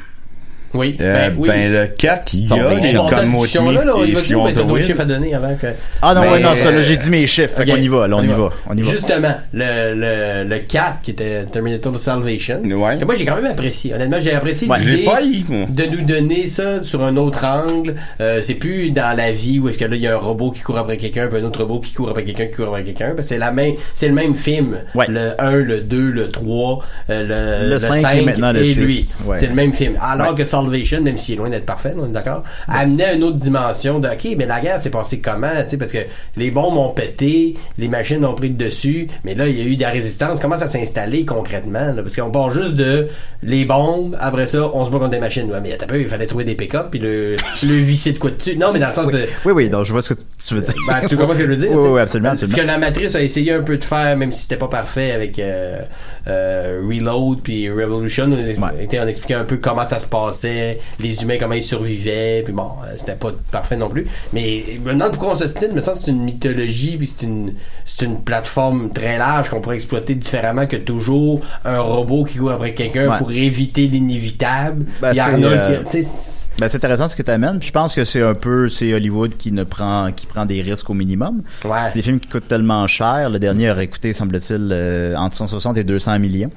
S7: Oui.
S9: euh, ben,
S7: oui.
S9: le 4, il y
S6: Sont
S9: a
S6: des
S9: les
S6: gens.
S7: on
S9: Come With
S7: discussion
S9: Me
S7: là, là, on y
S9: et
S7: va
S9: If You
S7: tout, mais
S9: Want
S7: t'as
S9: to
S7: d'autres
S9: Win.
S7: chiffres à donner avant que.
S6: Ah non,
S9: Mais,
S6: ouais, non, ça, là,
S9: euh,
S6: j'ai dit mes chiffres, fait
S7: Ok,
S6: qu'on y va, là, on, y va. on y va.
S7: Justement, le, le, le 4 qui était Terminator Salvation.
S9: Ouais.
S7: que moi, j'ai quand même apprécié. Honnêtement, j'ai apprécié
S9: Ouais, je l'ai
S7: l'idée
S9: pas eu, moi.
S7: de nous donner ça sur un autre angle. Euh, c'est plus dans la vie où est-ce que là, il y a un robot qui court après quelqu'un, puis un autre robot qui court après quelqu'un, qui court après quelqu'un. Parce que c'est la même, c'est le même film.
S6: Ouais.
S7: Le 1, le 2, le 3, euh, le,
S6: Le cinq et maintenant le
S7: et
S6: six.
S7: lui.
S6: Ouais.
S7: C'est le même film. Alors que Salvation, même s'il est loin d'être parfait, on est d'accord, amenait une autre dimension de OK, mais la guerre s'est passée comment, tu sais, parce que les bombes ont pété, les machines ont pris le dessus, mais là, il y a eu de la résistance. Comment ça s'est installé concrètement? là? Parce qu'on part juste de les bombes, après ça, on se bat contre des machines. Ouais, mais attends un peu, il fallait trouver des pick-up puis le, le visser de quoi dessus. Non, mais dans le sens de.
S6: Oui, oui, donc je vois ce que tu veux dire.
S7: Ben, tu comprends ce que je veux dire?
S6: Oui,
S7: tu sais?
S6: oui, absolument,
S7: Ce que
S6: absolument.
S7: la matrice a essayé un peu de faire, même si c'était pas parfait avec euh, euh, Reload puis Revolution, on
S6: Ouais.
S7: était en expliquant un peu comment ça se passait, les humains, comment ils survivaient, puis bon, euh, c'était pas parfait non plus. Mais je me demande pourquoi on s'estime, mais ça c'est une mythologie, puis c'est une, c'est une plateforme très large qu'on pourrait exploiter différemment que toujours un robot qui court après quelqu'un
S6: Ouais.
S7: pour éviter l'inévitable.
S6: Ben,
S7: Puis
S6: c'est,
S7: Arnold
S6: euh,
S7: qui- tu sais, c'est-
S6: Ben, c'est intéressant ce que tu amènes. Je pense que c'est un peu c'est Hollywood qui ne prend qui prend des risques au minimum.
S7: Ouais.
S6: C'est des films qui coûtent tellement cher. Le dernier aurait coûté, semble-t-il, euh, entre 160 et 200 millions.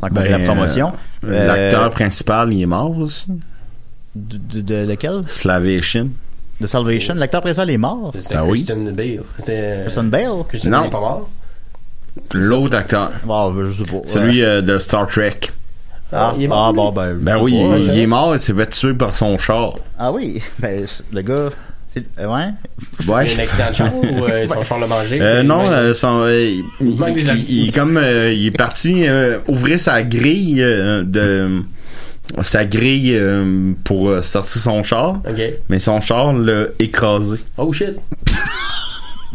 S6: Sans compter
S7: Ben,
S6: la promotion.
S9: euh, L'acteur
S6: Euh,
S9: principal, il est mort aussi.
S6: de, de- de lequel?
S9: Slavation.
S6: De Salvation. L'acteur principal est mort.
S7: c'était
S9: Ah oui?
S7: Christian Bale. C'était-
S6: Christian Bale?
S7: Christian
S9: Non.
S7: Bale est pas mort.
S9: L'autre acteur.
S6: Bon, ben, je sais pas.
S9: Celui euh, de Star Trek.
S6: Ah,
S7: il est
S6: ah,
S7: mort,
S6: bon, ben, je
S9: Ben
S6: sais
S9: oui,
S6: pas.
S9: il, il est mort, il s'est fait tuer par son char.
S6: Ah oui. Ben, le gars. c'est- euh, ouais.
S9: Ouais.
S7: Il y a un accident de char ou euh, son char l'a mangé?
S9: Euh,
S7: C'est-
S9: non,
S7: Ouais.
S9: euh, son, euh, il,
S7: manque des
S9: il-
S7: habits.
S9: il est comme euh, il est parti euh, ouvrir sa grille euh, de sa grille euh, pour euh, sortir son char,
S7: OK.
S9: mais son char l'a écrasé.
S7: Oh shit.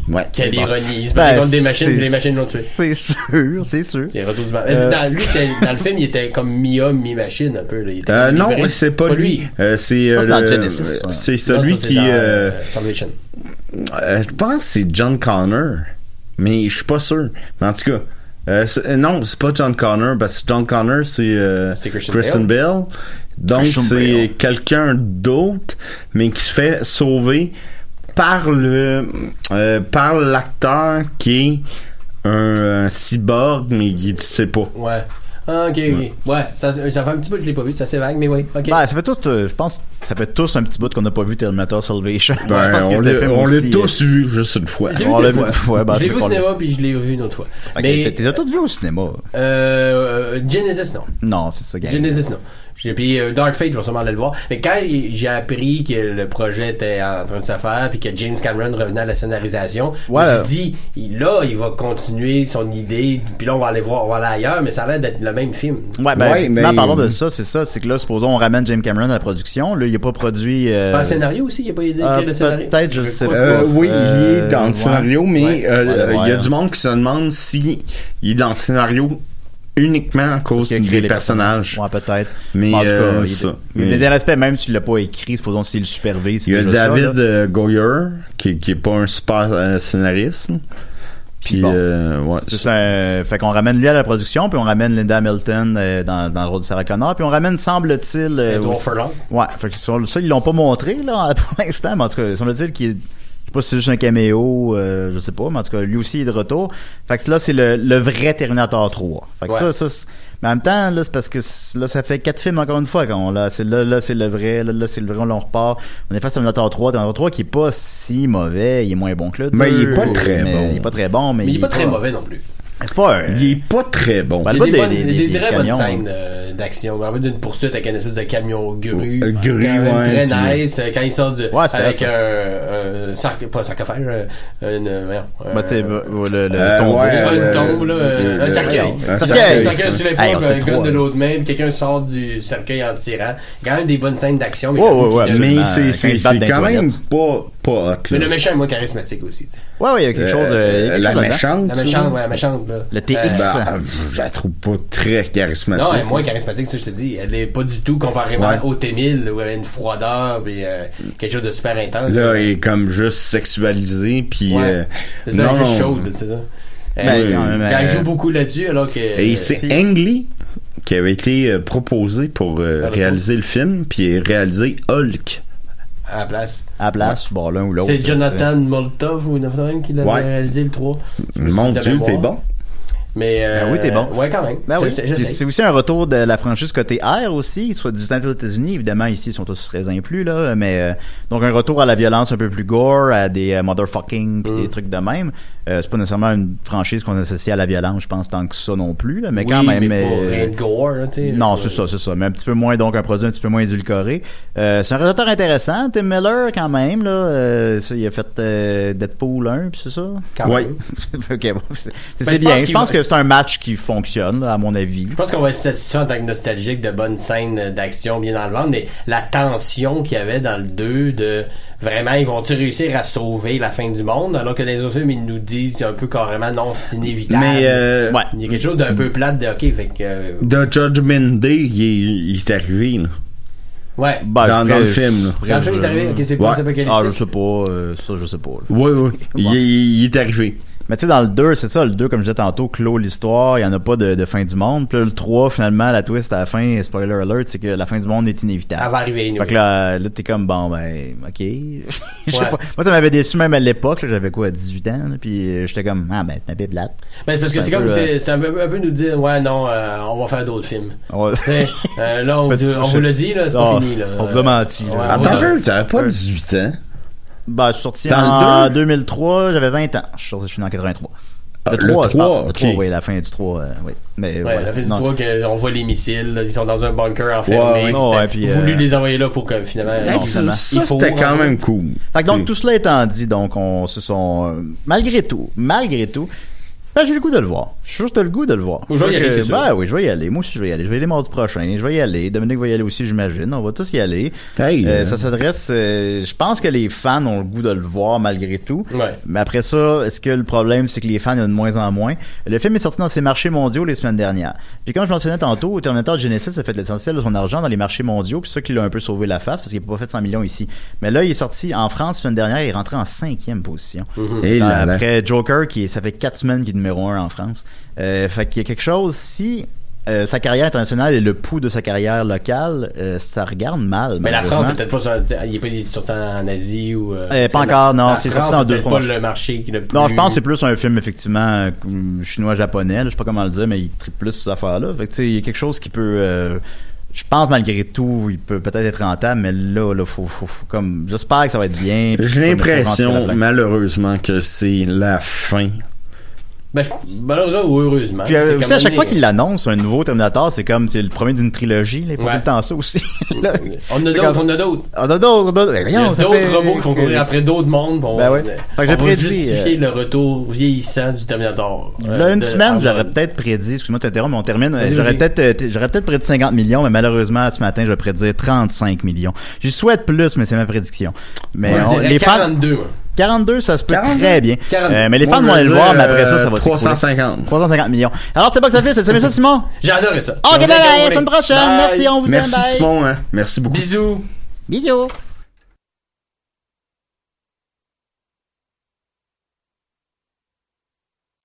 S9: Ouais.
S7: Quelle
S9: Bon.
S7: ironie. Il se bat
S6: Ben,
S7: contre des machines,
S6: c'est-
S7: puis les machines l'ont tué.
S6: C'est sûr, c'est sûr.
S7: C'est le retour du vent.
S6: Euh,
S7: Dans, lui, c'était- dans le film, il était comme mi-homme, mi-machine, un peu. là. Il était
S9: Euh,
S7: comme
S9: non,
S7: hybride.
S9: c'est pas, lui. Euh, c'est
S6: Ça,
S9: euh,
S6: c'est dans
S9: le-
S6: Genesis, ça.
S9: c'est
S7: Non,
S9: celui
S7: ça, c'est
S9: qui
S7: dans,
S9: euh,
S7: euh, Salvation.
S9: Euh, je pense que c'est John Connor, mais je suis pas sûr. Mais en tout cas, euh, c'est- euh, non, c'est pas John Connor, parce que John Connor, c'est euh,
S7: C'est Christian
S9: Bale. Donc,
S6: Christian
S9: c'est
S6: Bale.
S9: quelqu'un d'autre, mais qui se fait sauver par le euh, par l'acteur qui est un, euh, cyborg, mais il le sait pas.
S7: Ouais. Ah, ok, ok. Ouais, ça, ça fait un petit peu que je l'ai pas vu, c'est assez vague, mais oui. Ok.
S6: Ben, ça fait tout, euh, je pense, ça fait tous un petit bout qu'on n'a pas vu Terminator Salvation. je
S9: Ben,
S6: pense
S9: on
S6: c'était
S9: l'a
S6: fait
S9: on l'a
S6: aussi,
S9: tous vu juste une fois.
S7: Je l'ai
S6: on
S7: vu
S6: l'a
S7: deux
S6: vu-
S7: fois.
S6: ouais, ben,
S7: je l'ai
S6: c'est
S7: vu au
S6: pas
S7: cinéma, puis je l'ai revu une autre fois.
S6: euh,
S7: mais
S6: fait que t'es- T'es toutes vues au cinéma.
S7: euh, euh, Genesis, non.
S6: Non, c'est ça, gang.
S7: Genesis, non. J'ai puis euh, Dark Fate, je vais sûrement aller le voir. Mais quand il- j'ai appris que le projet était en train de se faire, puis que James Cameron revenait à la scénarisation,
S6: Ouais.
S7: je me suis dit, il- là, il va continuer son idée, puis là, on va aller voir, on va aller ailleurs, mais ça a l'air d'être le même film.
S6: Ouais, ben,
S9: Ouais,
S6: effectivement,
S9: mais-
S6: parlons de ça, c'est ça. C'est que là, supposons, on ramène James Cameron à la production. Là, il n'a pas produit. euh,
S7: Pas un scénario aussi, il n'y a pas idée
S6: Ah,
S7: d'écrire le scénario.
S6: peut-être, je sais
S7: crois
S6: pas.
S7: que
S9: Euh, oui,
S6: Euh,
S9: il est dans le
S6: ouais.
S9: scénario, mais
S7: Ouais.
S9: euh,
S6: Ouais,
S9: euh, il
S6: ouais,
S9: y a
S6: hein.
S9: du monde qui se demande si il est dans le scénario uniquement à cause
S6: qui a
S9: des
S6: créé les
S9: personnages.
S6: Ouais, peut-être.
S9: Mais,
S6: En tout cas,
S9: euh,
S6: il-
S9: ça.
S6: il-
S9: Mais-
S6: Mais des respects, même s'il l'a pas écrit, supposons s'il le supervise. c'est
S9: Il y a
S6: déjà ça, là.
S9: David euh, Goyer, qui, qui est pas un super euh, scénariste. Puis,
S6: bon.
S9: euh, ouais,
S6: C'est un- Fait qu'on ramène lui à la production, puis on ramène Linda Hamilton euh, dans, dans le rôle de Sarah Connor, puis on ramène, semble-t-il... euh,
S7: Edward
S6: aussi-
S7: Furlong.
S6: Ouais, fait que sur- ça, ils l'ont pas montré, là, pour l'instant, mais en tout cas, semble-t-il qu'il est... Je sais pas si c'est juste un caméo, euh, je sais pas, mais en tout cas, lui aussi, il est de retour. Fait que là, c'est le, le vrai Terminator 3. Fait que
S7: Ouais.
S6: ça, ça, c'est- mais en même temps, là, c'est parce que c'est- là, ça fait quatre films encore une fois. Quand on, là, c'est, là, là, c'est le vrai, là, là, c'est le vrai, on, on repart. On est face à Terminator 3. Terminator 3 qui est pas si mauvais, il est moins bon que le
S9: Mais
S6: deux,
S9: il est pas très
S6: mais
S9: bon.
S6: Il est pas très bon, mais,
S7: Mais il n'est pas très mauvais non plus.
S6: c'est pas un.
S9: Il est pas très bon.
S6: Ben,
S7: Il y a
S6: pas
S7: des,
S6: des-
S7: bonnes-
S6: des-
S7: des
S6: des
S7: très
S6: camions.
S7: bonnes scènes euh, d'action. En fait, d'une poursuite avec une espèce de camion grue.
S9: Euh, grue,
S7: quand même
S9: ouais,
S7: très
S9: puis-
S7: nice. euh, Quand il sort du,
S6: Ouais, c'était
S7: avec
S6: hot,
S7: un,
S6: ça.
S7: un sarc- pas un sarcophage, euh, une, voyons,
S6: Bah,
S7: un-
S6: c'est le, le, le
S9: Euh,
S6: tombeau.
S9: ouais,
S7: une
S9: euh,
S7: tombe, là, euh,
S9: le-
S7: un cercueil.
S9: le- un
S7: Un
S6: cercueil.
S7: cercueil sur
S6: Hey, on
S7: l'épaule, un
S6: était
S7: gun
S6: trois.
S7: de l'autre main, puis quelqu'un sort du cercueil en tirant. Quand même des bonnes scènes d'action. Mais,
S6: Ouais,
S7: j'avoue
S6: ouais,
S7: qu'il
S6: ouais,
S7: y a-
S6: absolument.
S9: mais c'est-
S6: Quand
S9: c'est
S6: ils se battent
S9: c'est
S6: dans
S9: quand
S6: les
S9: même
S6: toilettes.
S9: pas, pas hot.
S7: mais
S9: là.
S7: le méchant est moins charismatique aussi. tu sais.
S6: Ouais, ouais, il y a quelque chose. euh, il y a
S9: Euh,
S6: quelque
S9: la
S6: chose là-dedans.
S9: méchante.
S7: La méchante, ouais, la méchante. Là.
S6: Le TX.
S7: Euh,
S9: Ben, je la trouve pas très charismatique.
S7: Non, elle est moins charismatique, ça je te dis. Elle est pas du tout comparément
S9: Ouais.
S7: au T1000 où elle a une froideur puis euh, quelque chose de super intense.
S9: Là, il est comme juste sexualisé, puis...
S7: Ouais.
S9: euh,
S7: C'est ça,
S9: non,
S7: elle est
S9: non.
S7: juste chaude, c'est ça.
S6: Ben,
S7: Elle,
S6: quand même,
S7: elle
S6: euh,
S7: joue beaucoup là-dessus alors que.
S9: Et
S7: euh,
S9: c'est
S6: si.
S9: Ang Lee qui avait été euh, proposé pour euh,
S7: Faire le
S9: réaliser le film, puis réaliser Hulk.
S7: à la place.
S6: À la place, bon, l'un ou l'autre.
S7: C'est Jonathan Molotov ou Jonathan même qui l'avait
S9: Ouais.
S7: réalisé le 3.
S9: Mon
S7: de
S9: Dieu,
S7: mémoire.
S9: t'es bon.
S7: Mais. Euh,
S6: Ben oui, t'es bon.
S7: Ouais, quand même.
S6: Ben oui.
S7: Je- je- je
S6: Puis
S7: sais.
S6: C'est aussi un retour de la franchise côté air aussi, soit du temps aux États-Unis. Évidemment, ici, ils sont tous très inclus, là. Mais, euh, donc, un retour à la violence un peu plus gore, à des euh, motherfucking, puis
S7: Mm.
S6: des trucs de même. Euh, c'est pas nécessairement une franchise qu'on associe à la violence, je pense, tant que ça non plus, là. Mais
S7: Oui,
S6: quand même.
S7: mais pas
S6: euh,
S7: rien de gore, là, tu sais.
S6: Non, c'est ça, c'est ça. Mais un petit peu moins, donc un produit un petit peu moins édulcoré. Euh, c'est un réalisateur intéressant, Tim Miller, quand même. Là, Euh, ça, il a fait euh, Deadpool 1, puis c'est ça?
S7: Quand
S9: Ouais.
S7: même.
S6: ok, bon, c'est- c'est
S7: Ben, je pense
S6: bien. Je
S7: qu'il
S6: pense
S7: va-
S6: que c'est un match qui fonctionne, là, à mon avis.
S7: Je pense qu'on va être satisfait en tant que nostalgique de bonnes scènes euh, d'action bien dans le ventre, mais la tension qu'il y avait dans le 2 de vraiment, ils vont-tu réussir à sauver la fin du monde, alors que dans les autres films, ils nous disent un peu carrément non, c'est inévitable.
S9: Mais euh,
S6: Ouais.
S7: Il y a quelque chose d'un peu plate de OK, fait que. euh,
S9: The Judgment Day, il est, il est arrivé. là.
S7: ouais.
S6: Ben,
S9: Dans-
S6: je
S9: dans le
S6: je-
S9: film, là.
S6: je-
S7: Quand ça est arrivé, OK, c'est
S9: Ouais.
S7: post-apocalyptique.
S6: Ah, je sais pas. euh, ça, je sais pas. là.
S9: Oui, oui. Il, est- il est arrivé.
S6: Mais tu sais, dans le 2, c'est ça, le 2, comme je disais tantôt, clôt l'histoire, il n'y en a pas de, de fin du monde. Puis là, le 3, finalement, la twist à la fin, spoiler alert, c'est que la fin du monde est inévitable.
S7: Elle va arriver, anyway.
S6: Fait que là, là t'es comme, bon, ben, ok. Je sais
S7: Ouais.
S6: pas. Moi, ça m'avait déçu même à l'époque, là, j'avais quoi, 18 ans, là, puis euh, j'étais comme, ah, ben, c'est un peu plate.
S7: Ben, c'est parce que
S6: C'est
S7: c'est
S6: un
S7: comme,
S6: peu,
S9: euh,
S7: c'est- ça veut un peu nous dire, ouais, non, euh, on va faire d'autres films.
S6: Ouais.
S7: Tu sais, euh, là, on,
S6: Ben,
S7: vous-
S6: je-
S7: on vous l'a dit, là, c'est
S6: Ah,
S7: pas fini, là.
S6: on vous a menti, là.
S7: Ouais,
S9: Attends,
S7: on vous a-
S9: un peu, t'avais pas
S6: Ouais.
S9: 18 ans.
S6: Ben, je suis sorti
S9: Dans
S6: en
S9: le
S6: 2003, j'avais 20 ans. Je suis sorti je suis né en 83.
S9: Ah, le
S6: je parle.
S9: 3,
S6: Le
S9: ok.
S6: 3, oui, la fin du 3, euh, oui. Mais
S7: Ouais,
S6: voilà.
S7: la fin du
S6: Non.
S7: 3 que on voit les missiles, là, ils sont dans un bunker enfermé.
S6: ouais,
S7: Ils
S6: non,
S7: ont
S6: ouais, puis,
S7: voulu
S6: euh,
S7: les envoyer là pour que finalement.
S9: Hey,
S7: non,
S9: ça,
S7: il
S9: ça,
S7: faut,
S9: c'était quand
S7: hein.
S9: même cool.
S6: Fait que donc,
S9: Tu-
S6: tout cela étant dit, donc, on se sont, euh, malgré tout, malgré tout, ben, j'ai le goût de le voir. Je suis sûr que t'as le goût de le voir.
S7: Je vais y
S6: Fait que,
S7: aller, c'est
S6: Ben
S7: sûr.
S6: oui, je vais y aller. Moi aussi, je vais y aller. Je vais y aller mardi prochain. Je vais y aller. Dominique va y aller aussi, j'imagine. On va tous y aller.
S9: Hey,
S6: Euh,
S9: euh,
S6: ça s'adresse, euh, je pense que les fans ont le goût de le voir malgré tout.
S7: Ouais.
S6: Mais après ça, est-ce que le problème, c'est que les fans, il y en a de moins en moins? Le film est sorti dans ses marchés mondiaux les semaines dernières. Puis comme je mentionnais tantôt, Terminator Genesis a fait l'essentiel de son argent dans les marchés mondiaux, puis c'est ça qui l'a un peu sauvé la face, parce qu'il n'a pas fait 100 millions ici. Mais là, il est sorti en France, la semaine dernière, il est rentré en cinquième position.
S9: Et
S6: Euh,
S9: là, là.
S6: Après Joker, qui est- ça fait quatre semaines qu'il est numéro un en France. Euh, fait qu'il y a quelque chose, si euh, sa carrière internationale est le pouls de sa carrière locale, euh, ça regarde mal.
S7: Mais la
S9: hein.
S6: malheureusement.
S7: France, c'est peut-être pas sur- il est pas sorti en Asie ou. euh,
S6: Euh, pas
S7: c'est la-
S6: encore, non,
S7: la
S6: c'est
S7: France,
S6: sorti dans deux,
S7: peut-être
S6: trois
S7: pas
S6: marchés.
S7: le marché qui le plus.
S6: Non, je pense que c'est plus un film effectivement euh, chinois-japonais, là, je sais pas comment le dire, mais il tripe plus ces affaires-là. Fait que tu sais, il y a quelque chose qui peut. euh, je pense malgré tout, il peut peut-être être rentable, mais là, là, faut, faut, faut comme. J'espère que ça va être bien. puis
S9: J'ai
S6: ça va nous faire rentrer la
S9: l'impression,
S6: plaque.
S9: malheureusement, que c'est la fin.
S7: Ben, je- malheureusement ou heureusement.
S6: Puis euh,
S7: C'est
S6: vous
S7: comme
S6: savez, à chaque
S7: un-
S6: fois qu'il annonce un nouveau Terminator, c'est comme c'est le premier d'une trilogie. Là, il faut
S7: Ouais.
S6: tout le temps ça aussi. Là,
S7: On a
S6: c'est
S7: d'autres,
S6: comme-
S7: on a d'autres.
S6: On a d'autres, on a d'autres.
S7: Il y a
S6: Voyons, ça
S7: d'autres
S6: fait-
S7: robots qui vont courir après d'autres mondes. Bon,
S6: Ben ouais.
S7: euh,
S6: Fait
S7: on
S6: que j'ai
S7: va
S6: prédit,
S7: justifier
S6: euh,
S7: le retour vieillissant du Terminator. euh,
S6: Là, une
S7: de-
S6: semaine,
S7: avant-
S6: j'aurais peut-être prédit, excuse-moi de t'interrompre, mais on termine. euh,
S7: Vas-y,
S6: J'aurais
S7: vas-y.
S6: peut-être, euh, t- j'aurais peut-être prédit 50 millions, mais malheureusement, ce matin, je vais prédire 35 millions. J'y souhaite plus, mais c'est ma prédiction. Mais
S7: Moi, je
S6: on-
S7: dirais
S6: les fans,
S7: 42. moi.
S6: 42, ça se peut
S7: 42.
S6: très bien.
S7: 42.
S6: Euh, mais les fans
S9: Moi,
S6: vont
S9: je
S6: aller le
S9: vais
S6: voir,
S9: dire,
S6: mais après ça, ça
S9: euh,
S6: va s'écrouler.
S9: 350.
S6: 350 millions. Alors, c'était Box Office, c'est ça, Simon?
S7: J'ai adoré ça.
S6: Ok,
S7: J'ai
S6: bye bye,
S7: adoré.
S6: à la semaine prochaine.
S7: Bye.
S6: Merci, on vous aime,
S9: Merci
S6: bye.
S9: Simon, hein. Merci beaucoup.
S7: Bisous.
S6: Bisous.